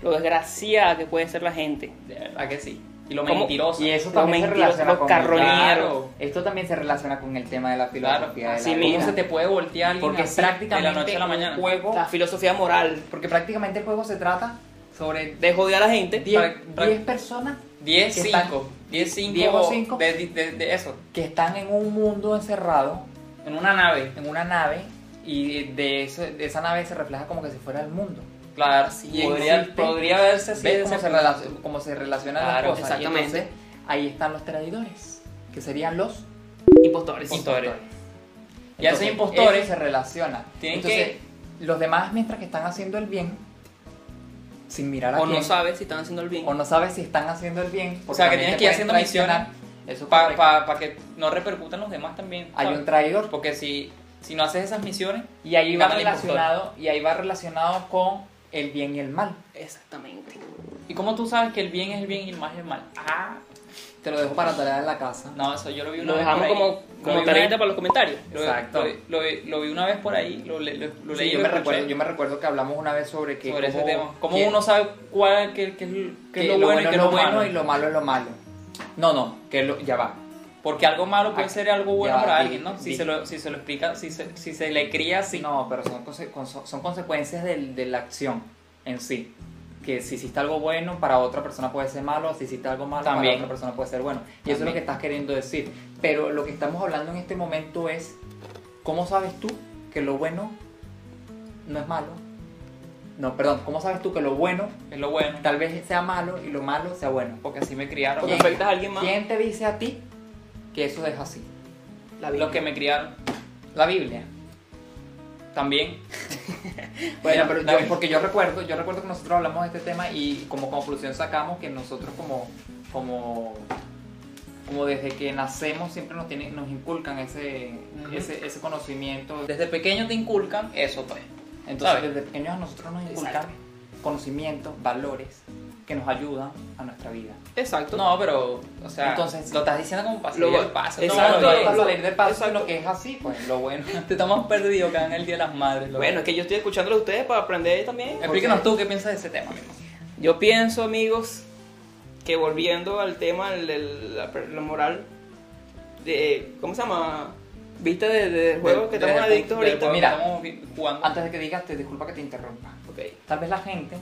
[SPEAKER 2] lo desgraciada que puede ser la gente.
[SPEAKER 3] De verdad que sí. Y lo
[SPEAKER 2] ¿Cómo?
[SPEAKER 3] mentiroso.
[SPEAKER 1] Y eso
[SPEAKER 2] Los
[SPEAKER 1] también se
[SPEAKER 2] mentirosos,
[SPEAKER 1] relaciona
[SPEAKER 2] los
[SPEAKER 1] con
[SPEAKER 2] carroñeros.
[SPEAKER 1] Claro. Esto también se relaciona con el tema de la
[SPEAKER 3] Claro,
[SPEAKER 1] filosofía. de la
[SPEAKER 2] así
[SPEAKER 1] vida.
[SPEAKER 2] mismo.
[SPEAKER 3] ¿Cómo se te puede voltear alguien
[SPEAKER 1] Porque
[SPEAKER 3] así
[SPEAKER 1] prácticamente
[SPEAKER 3] de la noche a la mañana?
[SPEAKER 1] el juego,
[SPEAKER 2] La filosofía moral
[SPEAKER 1] porque prácticamente el juego se trata sobre
[SPEAKER 2] de joder a la gente.
[SPEAKER 1] 10
[SPEAKER 3] pra-
[SPEAKER 1] 10 personas
[SPEAKER 3] 10,
[SPEAKER 1] que están-
[SPEAKER 3] 5. 10, 5.
[SPEAKER 1] diez o cinco.
[SPEAKER 3] De, de- de eso.
[SPEAKER 1] que están en un mundo encerrado,
[SPEAKER 3] En una nave. eh,
[SPEAKER 1] en una nave, y de, eso- de esa nave se refleja como que si fuera el mundo.
[SPEAKER 3] Claro,
[SPEAKER 1] es.
[SPEAKER 3] podría, podría verse así. de
[SPEAKER 1] ¿Ves cómo
[SPEAKER 3] ese
[SPEAKER 1] se,
[SPEAKER 3] punto.
[SPEAKER 1] relaciona, cómo se relacionan
[SPEAKER 2] Claro,
[SPEAKER 1] las cosas? Y
[SPEAKER 2] exactamente.
[SPEAKER 1] entonces, ahí están los traidores, que serían los
[SPEAKER 2] Impostores.
[SPEAKER 3] Impostores.
[SPEAKER 1] Y
[SPEAKER 3] Y a
[SPEAKER 1] esos
[SPEAKER 3] esos
[SPEAKER 1] impostores
[SPEAKER 3] impostores
[SPEAKER 1] se relacionan.
[SPEAKER 3] tienen
[SPEAKER 1] Entonces, los demás, mientras que están haciendo el bien, sin mirar a
[SPEAKER 2] O
[SPEAKER 1] quién,
[SPEAKER 2] no sabes si están haciendo el bien.
[SPEAKER 1] o no sabes si están haciendo el bien,
[SPEAKER 3] O
[SPEAKER 1] porque
[SPEAKER 3] sea, que
[SPEAKER 1] también
[SPEAKER 3] tienes
[SPEAKER 1] te
[SPEAKER 3] que ir
[SPEAKER 1] pueden
[SPEAKER 3] haciendo
[SPEAKER 1] traicionar. Eso es
[SPEAKER 3] Para
[SPEAKER 1] correcto.
[SPEAKER 3] que no repercutan los demás también.
[SPEAKER 1] Hay
[SPEAKER 3] ¿sabes?
[SPEAKER 1] un traidor.
[SPEAKER 3] Porque si, si no haces esas misiones,
[SPEAKER 1] Y ahí va
[SPEAKER 3] Gana el impostor.
[SPEAKER 1] relacionado, y ahí va relacionado con el bien y el mal.
[SPEAKER 2] Exactamente.
[SPEAKER 3] ¿y cómo tú sabes que el bien es el bien y el mal es el mal? Ah,
[SPEAKER 1] Te lo dejo para tarea en la casa.
[SPEAKER 3] No, eso yo lo vi una
[SPEAKER 2] Lo
[SPEAKER 3] vez.
[SPEAKER 2] dejamos
[SPEAKER 3] por ahí.
[SPEAKER 2] como,
[SPEAKER 3] Lo vi
[SPEAKER 2] como
[SPEAKER 3] una-
[SPEAKER 2] tarjeta para los comentarios.
[SPEAKER 3] lo vi-
[SPEAKER 1] Exacto.
[SPEAKER 3] Lo, vi- lo vi- lo vi una vez por ahí, lo, le- lo- lo
[SPEAKER 1] Sí,
[SPEAKER 3] leí.
[SPEAKER 1] yo,
[SPEAKER 3] lo
[SPEAKER 1] me
[SPEAKER 3] escuché
[SPEAKER 1] recuerdo, yo me recuerdo que hablamos una vez sobre que
[SPEAKER 3] sobre ese
[SPEAKER 1] cómo-
[SPEAKER 3] tema. ¿Cómo
[SPEAKER 1] que-
[SPEAKER 3] uno sabe cuál, qué, qué es lo- qué
[SPEAKER 1] que
[SPEAKER 3] es lo bueno y qué
[SPEAKER 1] es
[SPEAKER 3] es
[SPEAKER 1] lo
[SPEAKER 3] lo
[SPEAKER 1] bueno
[SPEAKER 3] malo?
[SPEAKER 1] y lo malo es lo malo? No, no, que lo, ya va.
[SPEAKER 3] Porque algo malo puede
[SPEAKER 1] Ah,
[SPEAKER 3] ser algo bueno
[SPEAKER 1] ya,
[SPEAKER 3] para
[SPEAKER 1] di-
[SPEAKER 3] alguien, ¿no? Si
[SPEAKER 1] di-
[SPEAKER 3] se, lo, si se lo explica, si se, si se le cría así.
[SPEAKER 1] No, pero son, conse- con- son- son consecuencias del- de la acción en sí. Que si hiciste algo bueno, para otra persona puede ser malo, si hiciste algo malo,
[SPEAKER 3] También.
[SPEAKER 1] para otra persona puede ser bueno. Y eso es lo
[SPEAKER 3] También.
[SPEAKER 1] que estás queriendo decir. Pero lo que estamos hablando en este momento es, ¿cómo sabes tú que lo bueno no es malo? No, perdón, ¿cómo sabes tú que lo bueno
[SPEAKER 3] Es lo bueno.
[SPEAKER 1] tal vez sea malo y lo malo sea bueno?
[SPEAKER 3] Porque así me criaron.
[SPEAKER 2] Porque
[SPEAKER 1] ¿Quién?
[SPEAKER 2] afectas a alguien más.
[SPEAKER 1] ¿Quién te dice a ti que eso es así?
[SPEAKER 2] La
[SPEAKER 3] Los que me criaron.
[SPEAKER 1] La Biblia.
[SPEAKER 3] También.
[SPEAKER 1] Bueno,
[SPEAKER 3] Mira,
[SPEAKER 1] pero
[SPEAKER 3] dale.
[SPEAKER 1] yo, porque yo recuerdo, yo recuerdo que nosotros hablamos de este tema y como conclusión sacamos que nosotros como, como, como desde que nacemos siempre nos tienen, nos inculcan ese,
[SPEAKER 3] Ujú.
[SPEAKER 1] ese, ese conocimiento.
[SPEAKER 3] Desde pequeño te inculcan eso, pues.
[SPEAKER 1] Entonces
[SPEAKER 3] ¿sabes?
[SPEAKER 1] desde pequeños a nosotros nos inculcan
[SPEAKER 2] Exacto.
[SPEAKER 1] conocimientos, valores que nos ayudan a nuestra vida.
[SPEAKER 2] Exacto.
[SPEAKER 3] No, pero, o sea,
[SPEAKER 1] Entonces-
[SPEAKER 3] lo estás diciendo como para
[SPEAKER 2] Lo-
[SPEAKER 3] salir del paso.
[SPEAKER 2] Exacto,
[SPEAKER 1] Exacto,
[SPEAKER 3] No,
[SPEAKER 1] para
[SPEAKER 3] bien.
[SPEAKER 1] salir del paso
[SPEAKER 2] exacto.
[SPEAKER 1] lo que es así, pues lo bueno.
[SPEAKER 3] te estamos perdido acá en el Día de las Madres. loco.
[SPEAKER 2] Bueno, es que yo estoy escuchándolo a ustedes para aprender también.
[SPEAKER 3] explíquenos tú qué piensas de ese tema.
[SPEAKER 2] Yo pienso, amigos, que volviendo al tema del- del- la, per- la moral, de, ¿cómo se llama? ¿Viste de- de- del juego que
[SPEAKER 3] Desde
[SPEAKER 2] estamos
[SPEAKER 3] el
[SPEAKER 2] adictos
[SPEAKER 3] punto- desde
[SPEAKER 2] ahorita?
[SPEAKER 3] el
[SPEAKER 1] Mira.
[SPEAKER 3] punto que estamos jugando.
[SPEAKER 1] Antes de que digas, te disculpa que te interrumpa.
[SPEAKER 2] Ok.
[SPEAKER 1] Tal vez la gente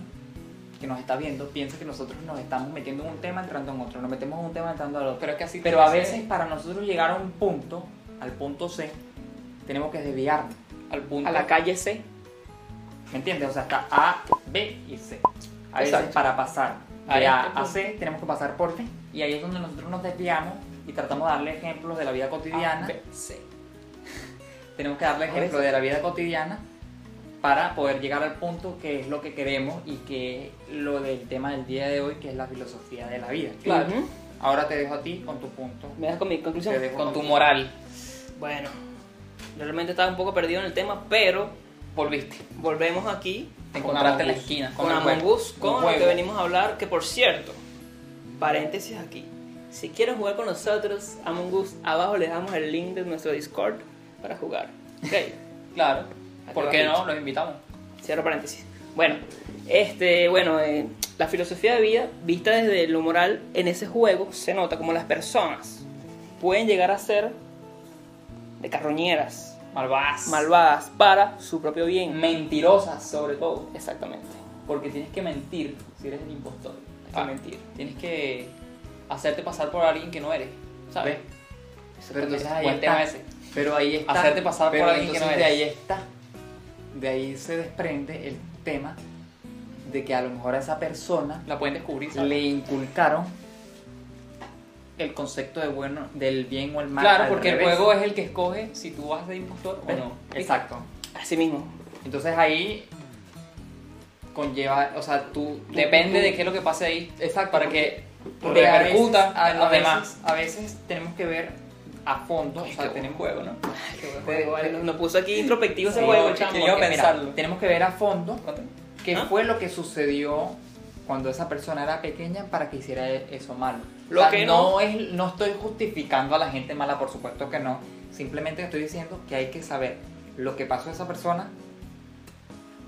[SPEAKER 1] que nos está viendo piensa que nosotros nos estamos metiendo en un tema entrando en otro, nos metemos en un tema entrando al otro.
[SPEAKER 3] Pero es que así
[SPEAKER 1] Pero a
[SPEAKER 3] tiene que ser.
[SPEAKER 1] veces para nosotros llegar a un punto, al punto C, tenemos que desviarnos.
[SPEAKER 3] al punto.
[SPEAKER 2] A la calle C.
[SPEAKER 1] ¿Me entiendes? O sea, está A, B y C. A veces
[SPEAKER 3] Exacto.
[SPEAKER 1] para pasar de
[SPEAKER 3] Ahí
[SPEAKER 1] A
[SPEAKER 3] está el
[SPEAKER 1] a C tenemos que pasar por D. Y ahí es donde nosotros nos desviamos y tratamos de darle ejemplos de la vida cotidiana.
[SPEAKER 2] Ah,
[SPEAKER 3] A, B, C.
[SPEAKER 1] Tenemos que darle ejemplo de la vida cotidiana para poder llegar al punto que es lo que queremos y que es lo del tema del día de hoy, que es la filosofía de la vida.
[SPEAKER 2] Claro.
[SPEAKER 1] Ahora te dejo a ti con tu punto.
[SPEAKER 2] ¿Me das con mi conclusión?
[SPEAKER 1] Te dejo
[SPEAKER 3] Con tu moral.
[SPEAKER 2] Bueno, yo realmente estaba un poco perdido en el tema, pero
[SPEAKER 3] Volviste.
[SPEAKER 2] volvemos aquí
[SPEAKER 3] Te
[SPEAKER 1] Con
[SPEAKER 3] encontraste en la
[SPEAKER 1] Among Us.
[SPEAKER 3] esquina.
[SPEAKER 2] con
[SPEAKER 3] el
[SPEAKER 2] Among
[SPEAKER 3] juego.
[SPEAKER 2] Us, con
[SPEAKER 3] Un
[SPEAKER 2] lo que
[SPEAKER 3] juego.
[SPEAKER 2] venimos a hablar, que por cierto, paréntesis aquí, si quieren jugar con nosotros Among Us, abajo les damos el link de nuestro Discord para jugar. Ok,
[SPEAKER 3] Claro.
[SPEAKER 2] Acá
[SPEAKER 3] ¿Por
[SPEAKER 2] va
[SPEAKER 3] qué no?
[SPEAKER 2] dicho.
[SPEAKER 3] Los invitamos.
[SPEAKER 2] cierro paréntesis. Bueno, este, bueno, eh, la filosofía de vida vista desde lo moral en ese juego se nota como las personas pueden llegar a ser de carroñeras,
[SPEAKER 3] Malvadas.
[SPEAKER 2] malvadas para su propio bien. Oh,
[SPEAKER 3] Mentirosas, sobre todo.
[SPEAKER 2] Exactamente.
[SPEAKER 3] Porque tienes que mentir si eres el impostor.
[SPEAKER 2] Es
[SPEAKER 3] Ah,
[SPEAKER 2] mentir.
[SPEAKER 3] Tienes que hacerte pasar por alguien que no eres. ¿Sabes?
[SPEAKER 1] ¿Ves? Pero
[SPEAKER 3] Exactamente.
[SPEAKER 1] entonces ahí
[SPEAKER 3] Buen
[SPEAKER 1] está.
[SPEAKER 3] tema ese.
[SPEAKER 1] Pero ahí está.
[SPEAKER 3] Hacerte pasar
[SPEAKER 1] Pero
[SPEAKER 3] por alguien que
[SPEAKER 1] entonces
[SPEAKER 3] no
[SPEAKER 1] de
[SPEAKER 3] eres.
[SPEAKER 1] ahí está. De ahí se desprende el tema de que a lo mejor a esa persona
[SPEAKER 3] La pueden descubrir. ¿sabes?
[SPEAKER 1] le inculcaron el concepto de bueno, del bien o el mal.
[SPEAKER 3] Claro,
[SPEAKER 1] al
[SPEAKER 3] porque el
[SPEAKER 1] revés.
[SPEAKER 3] juego es el que escoge si tú vas de impostor o
[SPEAKER 1] Bueno,
[SPEAKER 3] no.
[SPEAKER 1] Exacto.
[SPEAKER 2] Así mismo.
[SPEAKER 1] Entonces ahí conlleva, o sea, tú tú-
[SPEAKER 3] Depende
[SPEAKER 1] tú-
[SPEAKER 3] de qué es lo que pase ahí.
[SPEAKER 1] Exacto,
[SPEAKER 3] Para que
[SPEAKER 1] porque a veces-
[SPEAKER 3] repercuta
[SPEAKER 1] a-
[SPEAKER 3] en
[SPEAKER 1] a
[SPEAKER 3] los
[SPEAKER 1] veces-
[SPEAKER 3] demás.
[SPEAKER 1] A veces tenemos que ver a fondo, o
[SPEAKER 3] O
[SPEAKER 1] sea, tenemos
[SPEAKER 3] juego, ¿no?
[SPEAKER 2] Nos no puso aquí introspectivo ese
[SPEAKER 1] Sí,
[SPEAKER 2] juego,
[SPEAKER 1] porque
[SPEAKER 2] chamo.
[SPEAKER 3] quería
[SPEAKER 1] mira,
[SPEAKER 3] pensarlo.
[SPEAKER 1] tenemos que ver a fondo qué
[SPEAKER 2] ¿Ah?
[SPEAKER 1] fue lo que sucedió cuando esa persona era pequeña para que hiciera e- eso malo. O
[SPEAKER 2] Lo
[SPEAKER 1] sea,
[SPEAKER 2] que
[SPEAKER 1] no,
[SPEAKER 2] no-
[SPEAKER 1] es, no estoy justificando a la gente mala, por supuesto que no. Simplemente estoy diciendo que hay que saber lo que pasó a esa persona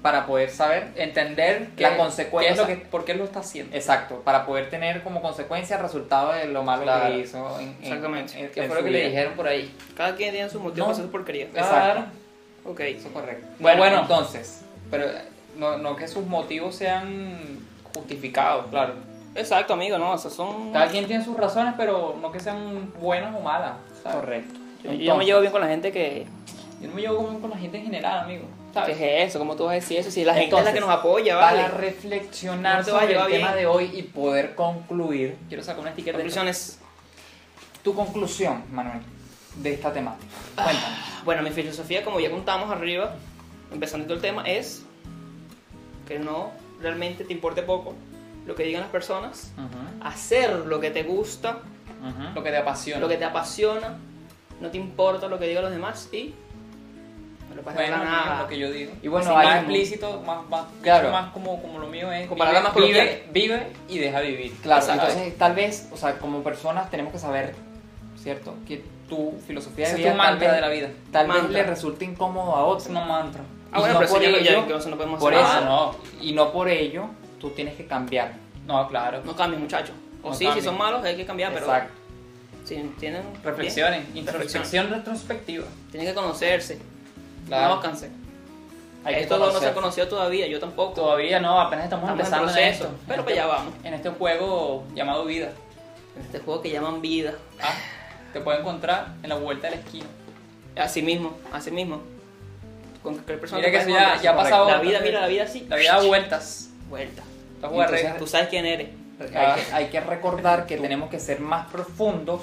[SPEAKER 1] para poder saber
[SPEAKER 3] Entender
[SPEAKER 1] La
[SPEAKER 3] qué-
[SPEAKER 1] consecuencia.
[SPEAKER 3] qué es lo que- por qué lo está haciendo.
[SPEAKER 1] exacto, para poder tener como consecuencia el resultado de lo malo
[SPEAKER 3] Claro.
[SPEAKER 1] que hizo. en- en-
[SPEAKER 2] Exactamente.
[SPEAKER 1] en- en
[SPEAKER 3] ¿Qué
[SPEAKER 1] su
[SPEAKER 3] fue lo que le
[SPEAKER 1] vida.
[SPEAKER 3] dijeron por ahí?
[SPEAKER 2] Cada quien tiene sus motivos
[SPEAKER 1] No.
[SPEAKER 2] para hacer porquería.
[SPEAKER 1] Exacto.
[SPEAKER 2] Ok.
[SPEAKER 1] Eso es correcto. Bueno,
[SPEAKER 3] Bueno, bueno.
[SPEAKER 1] entonces,
[SPEAKER 3] Pero eh, no, no que sus motivos sean justificados, claro.
[SPEAKER 2] Exacto, amigo, no, o sea, son...
[SPEAKER 3] Cada quien tiene sus razones, pero no que sean buenas o malas. ¿sabes?
[SPEAKER 1] correcto.
[SPEAKER 2] Yo, yo me
[SPEAKER 1] Entonces,
[SPEAKER 2] llevo bien con la gente que...
[SPEAKER 3] Yo no me llevo con, con la gente en general, amigo.
[SPEAKER 2] ¿Qué
[SPEAKER 3] ¿Sabes?
[SPEAKER 2] es eso? ¿Cómo tú vas a decir eso? Si la gente es la
[SPEAKER 1] Entonces,
[SPEAKER 2] que nos apoya,
[SPEAKER 1] Para
[SPEAKER 2] ¿vale?
[SPEAKER 1] reflexionar
[SPEAKER 2] No te vas a
[SPEAKER 1] sobre el
[SPEAKER 2] llevar
[SPEAKER 1] tema
[SPEAKER 2] bien.
[SPEAKER 1] de hoy y poder concluir
[SPEAKER 3] Quiero sacar una etiqueta. de-
[SPEAKER 2] Conclusiones.
[SPEAKER 1] tu conclusión, Manuel, de esta temática. Cuéntame.
[SPEAKER 2] Bueno, mi filosofía, como ya contamos arriba, empezando todo el tema, es que no realmente te importe poco lo que digan las personas, hacer lo que te gusta,
[SPEAKER 3] Ah. Lo que te apasiona.
[SPEAKER 2] lo que te apasiona, no te importa lo que digan los demás y No le puedes
[SPEAKER 3] Bueno,
[SPEAKER 2] dar
[SPEAKER 3] es
[SPEAKER 2] nada.
[SPEAKER 3] lo que yo digo.
[SPEAKER 1] Y bueno,
[SPEAKER 3] Así
[SPEAKER 1] hay
[SPEAKER 3] más
[SPEAKER 1] un-
[SPEAKER 3] explícito, más, más,
[SPEAKER 1] Claro.
[SPEAKER 3] más como, como lo mío es.
[SPEAKER 2] Con palabras más
[SPEAKER 3] vive, vive y deja vivir.
[SPEAKER 1] Claro,
[SPEAKER 3] ¿sabes?
[SPEAKER 1] entonces tal vez, o sea, como personas tenemos que saber, ¿cierto? Que tu filosofía de
[SPEAKER 3] Ese es
[SPEAKER 1] vida
[SPEAKER 3] tu
[SPEAKER 1] tal
[SPEAKER 3] mantra
[SPEAKER 1] vez-
[SPEAKER 3] de la vida.
[SPEAKER 1] Tal vez
[SPEAKER 2] Mantra.
[SPEAKER 1] le resulte incómodo a
[SPEAKER 3] Es
[SPEAKER 1] otro.
[SPEAKER 3] una mantra.
[SPEAKER 2] Ah,
[SPEAKER 1] y
[SPEAKER 2] bueno,
[SPEAKER 1] no
[SPEAKER 2] pero eso
[SPEAKER 1] por
[SPEAKER 2] ya, ya-
[SPEAKER 1] ello,
[SPEAKER 2] que eso no podemos
[SPEAKER 1] Por
[SPEAKER 2] hacer
[SPEAKER 1] eso,
[SPEAKER 2] nada.
[SPEAKER 1] no. Y no por ello, tú tienes que cambiar.
[SPEAKER 3] No, claro.
[SPEAKER 2] No cambien, muchachos. O
[SPEAKER 3] No
[SPEAKER 2] sí,
[SPEAKER 3] cambien.
[SPEAKER 2] si son malos hay que cambiar,
[SPEAKER 1] Exacto.
[SPEAKER 2] pero si tienen...
[SPEAKER 3] Reflexiones,
[SPEAKER 2] bien, reflexión.
[SPEAKER 3] introspección retrospectiva.
[SPEAKER 2] Tienen que conocerse.
[SPEAKER 3] Claro.
[SPEAKER 2] Conózcanse.
[SPEAKER 1] Hay que
[SPEAKER 2] Esto no se
[SPEAKER 1] conocer.
[SPEAKER 2] ha conocido todavía, yo tampoco.
[SPEAKER 3] Todavía no, apenas estamos,
[SPEAKER 2] Estamos en
[SPEAKER 3] empezando en,
[SPEAKER 2] proceso,
[SPEAKER 3] esto.
[SPEAKER 2] pero
[SPEAKER 3] en
[SPEAKER 2] para
[SPEAKER 3] este-
[SPEAKER 2] allá vamos.
[SPEAKER 3] En este juego llamado vida.
[SPEAKER 2] En este juego que llaman vida.
[SPEAKER 3] Ah, te puedes encontrar en la vuelta de la esquina.
[SPEAKER 2] Así mismo, así mismo. Con cualquier persona te
[SPEAKER 3] Mira que
[SPEAKER 2] puedes
[SPEAKER 3] eso ya-
[SPEAKER 2] encontrar,
[SPEAKER 3] ya
[SPEAKER 2] sí,
[SPEAKER 3] ha pasado
[SPEAKER 2] correcto. La vida,
[SPEAKER 3] bastante.
[SPEAKER 2] mira, la vida así.
[SPEAKER 3] La vida da vueltas.
[SPEAKER 2] Vuelta.
[SPEAKER 3] Estás jugando
[SPEAKER 1] Entonces,
[SPEAKER 3] a
[SPEAKER 2] Tú sabes quién eres.
[SPEAKER 3] Ah.
[SPEAKER 1] Hay, que, hay que recordar que tenemos que ser más profundos,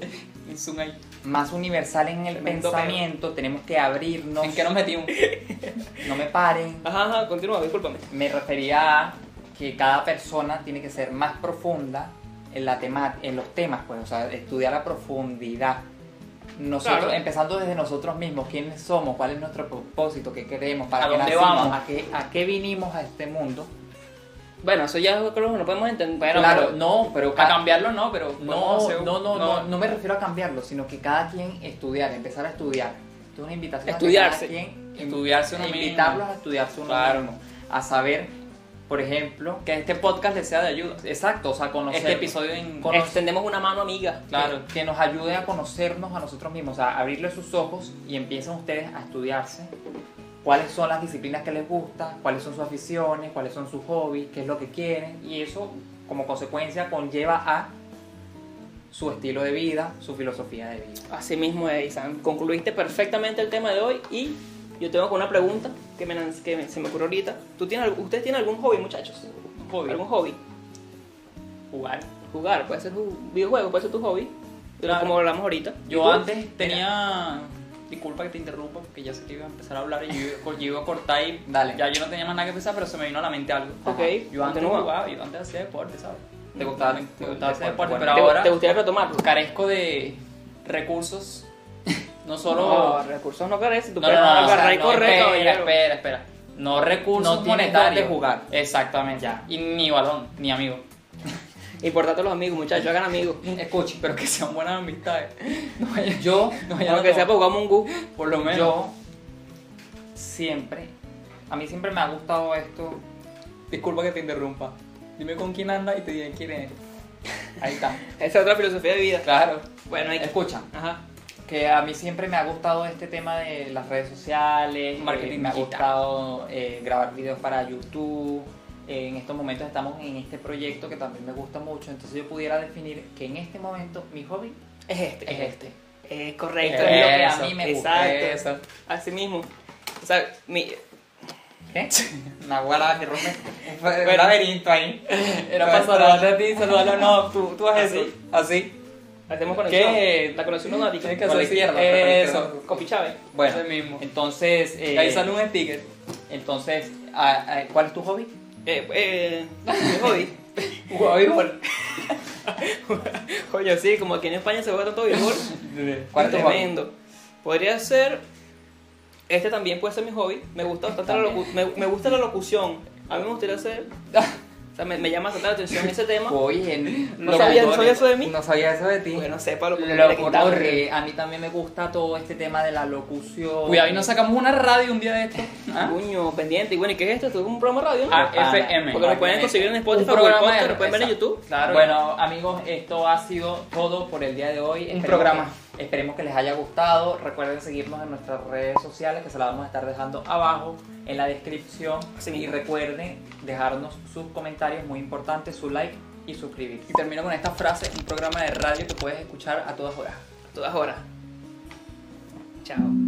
[SPEAKER 3] redes. Un zoom ahí.
[SPEAKER 1] más universal en el
[SPEAKER 2] Tremendo
[SPEAKER 1] pensamiento, tenemos que abrirnos.
[SPEAKER 3] ¿En qué nos metimos?
[SPEAKER 1] No me paren.
[SPEAKER 2] Ajá, ajá, continúa, discúlpame.
[SPEAKER 1] Me refería a que cada persona tiene que ser más profunda en, la tema, en los temas, pues, o sea, estudiar a profundidad. Nosotros,
[SPEAKER 2] Claro.
[SPEAKER 1] empezando desde nosotros mismos, quiénes somos, cuál es nuestro propósito, qué queremos, para
[SPEAKER 3] ¿A
[SPEAKER 1] qué
[SPEAKER 3] dónde
[SPEAKER 1] nacimos,
[SPEAKER 3] vamos?
[SPEAKER 1] A, qué, a qué vinimos a este mundo.
[SPEAKER 2] Bueno, eso ya creo que no podemos entender. Bueno,
[SPEAKER 1] claro,
[SPEAKER 2] pero-
[SPEAKER 1] no, pero
[SPEAKER 3] A
[SPEAKER 1] cada-
[SPEAKER 3] cambiarlo no, pero. podemos
[SPEAKER 1] no,
[SPEAKER 3] hacer un-
[SPEAKER 1] no, no, no, no me refiero a cambiarlo, sino que cada quien estudiar, empezar a estudiar. Esto es una invitación
[SPEAKER 2] Estudiarse.
[SPEAKER 1] a que cada quien
[SPEAKER 3] Estudiarse uno mismo.
[SPEAKER 1] invitarlos a estudiarse uno
[SPEAKER 3] Claro.
[SPEAKER 1] mismo, a saber, por ejemplo,
[SPEAKER 3] Que este podcast les sea de ayuda.
[SPEAKER 1] Exacto, o sea, conocer.
[SPEAKER 3] Este episodio en.
[SPEAKER 1] Con-
[SPEAKER 2] Extendemos una mano amiga.
[SPEAKER 1] Claro, que nos ayude a conocernos a nosotros mismos, o sea, abrirle sus ojos y empiecen ustedes a estudiarse cuáles son las disciplinas que les gustan, cuáles son sus aficiones, cuáles son sus hobbies, qué es lo que quieren, y eso como consecuencia conlleva a su estilo de vida, su filosofía de vida.
[SPEAKER 2] Así mismo es, Isan. Concluiste perfectamente el tema de hoy y yo tengo con una pregunta que, me, lanz- que me- se me ocurrió ahorita. ¿Tú tienes, al- ¿Ustedes tienen algún hobby, muchachos?
[SPEAKER 3] Hobby.
[SPEAKER 2] ¿Algún hobby?
[SPEAKER 3] Jugar.
[SPEAKER 2] Jugar, puede ser un videojuego, puede ser tu hobby. pero
[SPEAKER 3] Claro.
[SPEAKER 2] Como hablamos ahorita. ¿Y
[SPEAKER 3] Yo
[SPEAKER 2] tú?
[SPEAKER 3] antes tenía. Disculpa que te interrumpa porque ya sé que iba a empezar a hablar y yo, iba- yo iba a cortar y
[SPEAKER 1] Dale.
[SPEAKER 3] ya yo no tenía más nada que pensar, pero se me vino a la mente algo.
[SPEAKER 2] Ok,
[SPEAKER 3] Yo antes
[SPEAKER 2] continúa.
[SPEAKER 3] jugaba, yo antes hacía deporte, ¿sabes?
[SPEAKER 1] Te gustaba-
[SPEAKER 3] Me-
[SPEAKER 1] te gustaba
[SPEAKER 3] me gustaba
[SPEAKER 1] el deporte,
[SPEAKER 3] ese deporte,
[SPEAKER 1] bueno.
[SPEAKER 3] pero
[SPEAKER 2] ¿Te,
[SPEAKER 3] ahora
[SPEAKER 2] ¿Te gustaría retomarlo?
[SPEAKER 3] carezco de recursos. No solo.
[SPEAKER 2] No, recursos no carece. Tú
[SPEAKER 3] No,
[SPEAKER 2] puedes
[SPEAKER 3] no, no, o sea,
[SPEAKER 2] agarrar y
[SPEAKER 3] no,
[SPEAKER 2] correr,
[SPEAKER 3] espera,
[SPEAKER 2] caballero.
[SPEAKER 3] espera, espera. No recursos
[SPEAKER 1] No tiene
[SPEAKER 3] monetarios.
[SPEAKER 1] dónde jugar.
[SPEAKER 3] Exactamente.
[SPEAKER 1] Ya.
[SPEAKER 3] Y ni balón, ni amigo.
[SPEAKER 2] Importante los amigos, muchachos, hagan amigos.
[SPEAKER 1] Escuchen,
[SPEAKER 3] Pero que sean buenas amistades. No vayan-
[SPEAKER 1] yo,
[SPEAKER 3] no vayan a
[SPEAKER 2] Aunque sea
[SPEAKER 3] tomar.
[SPEAKER 2] para jugar Mungu.
[SPEAKER 3] por lo menos.
[SPEAKER 1] yo siempre, a mí siempre me ha gustado esto,
[SPEAKER 3] Disculpa que te interrumpa. Dime con quién anda y te diré quién eres.
[SPEAKER 1] ahí está,
[SPEAKER 2] Esa es otra filosofía de vida. Eh,
[SPEAKER 3] Claro.
[SPEAKER 2] Bueno, hay que...
[SPEAKER 1] escuchan.
[SPEAKER 2] Ajá.
[SPEAKER 1] que a mí siempre me ha gustado este tema de las redes sociales,
[SPEAKER 3] Marketing
[SPEAKER 1] eh, me ha
[SPEAKER 3] digital.
[SPEAKER 1] gustado eh, grabar videos para YouTube. Eh, en estos momentos estamos en este proyecto que también me gusta mucho, entonces yo pudiera definir que en este momento mi hobby
[SPEAKER 2] Es este.
[SPEAKER 1] es este. Eh,
[SPEAKER 2] Es correcto.
[SPEAKER 1] Es lo que a
[SPEAKER 2] Eso,
[SPEAKER 1] mí me
[SPEAKER 2] exacto.
[SPEAKER 1] gusta.
[SPEAKER 3] Eso.
[SPEAKER 2] Así mismo. O sea, mi...
[SPEAKER 1] ¿Qué? Una guarada que rompe.
[SPEAKER 3] Era
[SPEAKER 1] Bueno,
[SPEAKER 3] laberinto ahí.
[SPEAKER 1] era
[SPEAKER 3] Era
[SPEAKER 1] para
[SPEAKER 3] para
[SPEAKER 1] saludarte
[SPEAKER 3] saludarte a ti, saludarlo. No, tú, tú
[SPEAKER 2] haz
[SPEAKER 3] haces
[SPEAKER 2] eso.
[SPEAKER 3] eso. Así.
[SPEAKER 2] Hacemos conexión.
[SPEAKER 3] ¿Qué?
[SPEAKER 2] La conexión con Atlético.
[SPEAKER 3] Tienes que
[SPEAKER 1] Con la
[SPEAKER 3] hacer así.
[SPEAKER 1] izquierda, con la
[SPEAKER 3] Eso.
[SPEAKER 1] izquierda.
[SPEAKER 2] Copi Chávez.
[SPEAKER 1] Bueno,
[SPEAKER 3] Ese mismo.
[SPEAKER 1] entonces, eh,
[SPEAKER 3] Ahí sale un sticker.
[SPEAKER 1] entonces, a- a- ¿cuál es tu hobby?
[SPEAKER 2] Eh, eh, mi hobby.
[SPEAKER 3] Jugaba béisbol.
[SPEAKER 2] Coño, sí, como aquí en España se juega tanto béisbol.
[SPEAKER 1] ¿Cuál es tu hobby?
[SPEAKER 2] Tremendo. Podría ser. Este también puede ser mi hobby. Me gusta bastante la, locu- me, me gusta la locución. A mí me gustaría hacer. O sea, me, me llama bastante la atención ese tema.
[SPEAKER 1] Oye,
[SPEAKER 2] No sabía- no sabía eso de mí.
[SPEAKER 1] No sabía eso de ti.
[SPEAKER 2] Porque no sepa lo que
[SPEAKER 1] Lo ocurre. A mí también me gusta todo este tema de la locución.
[SPEAKER 3] Cuidado, y nos sacamos una radio un día de esto. ¿Ah?
[SPEAKER 2] Coño, pendiente. Y bueno, ¿y qué es esto? ¿Esto es un programa de radio? no?
[SPEAKER 3] Ah,
[SPEAKER 1] Ah,
[SPEAKER 3] FM.
[SPEAKER 2] Porque lo
[SPEAKER 3] Ah,
[SPEAKER 2] pueden
[SPEAKER 3] FM.
[SPEAKER 2] conseguir en
[SPEAKER 1] Un
[SPEAKER 2] Spotify, Google
[SPEAKER 1] programa
[SPEAKER 2] Podcast,
[SPEAKER 1] de-
[SPEAKER 2] lo pueden ver en
[SPEAKER 1] exacto.
[SPEAKER 2] YouTube.
[SPEAKER 3] Claro.
[SPEAKER 1] Bueno, amigos, esto ha sido todo por el día de hoy. Esperemos
[SPEAKER 3] programa.
[SPEAKER 1] que- esperemos que les haya gustado. Recuerden seguirnos en nuestras redes sociales, que se las vamos a estar dejando abajo en la descripción.
[SPEAKER 2] Así
[SPEAKER 1] y
[SPEAKER 2] mismo.
[SPEAKER 1] recuerden dejarnos sus comentarios, muy importantes, su like y suscribirse.
[SPEAKER 3] Y termino con esta frase, un programa de radio que puedes escuchar a todas horas.
[SPEAKER 2] A todas horas. Chao.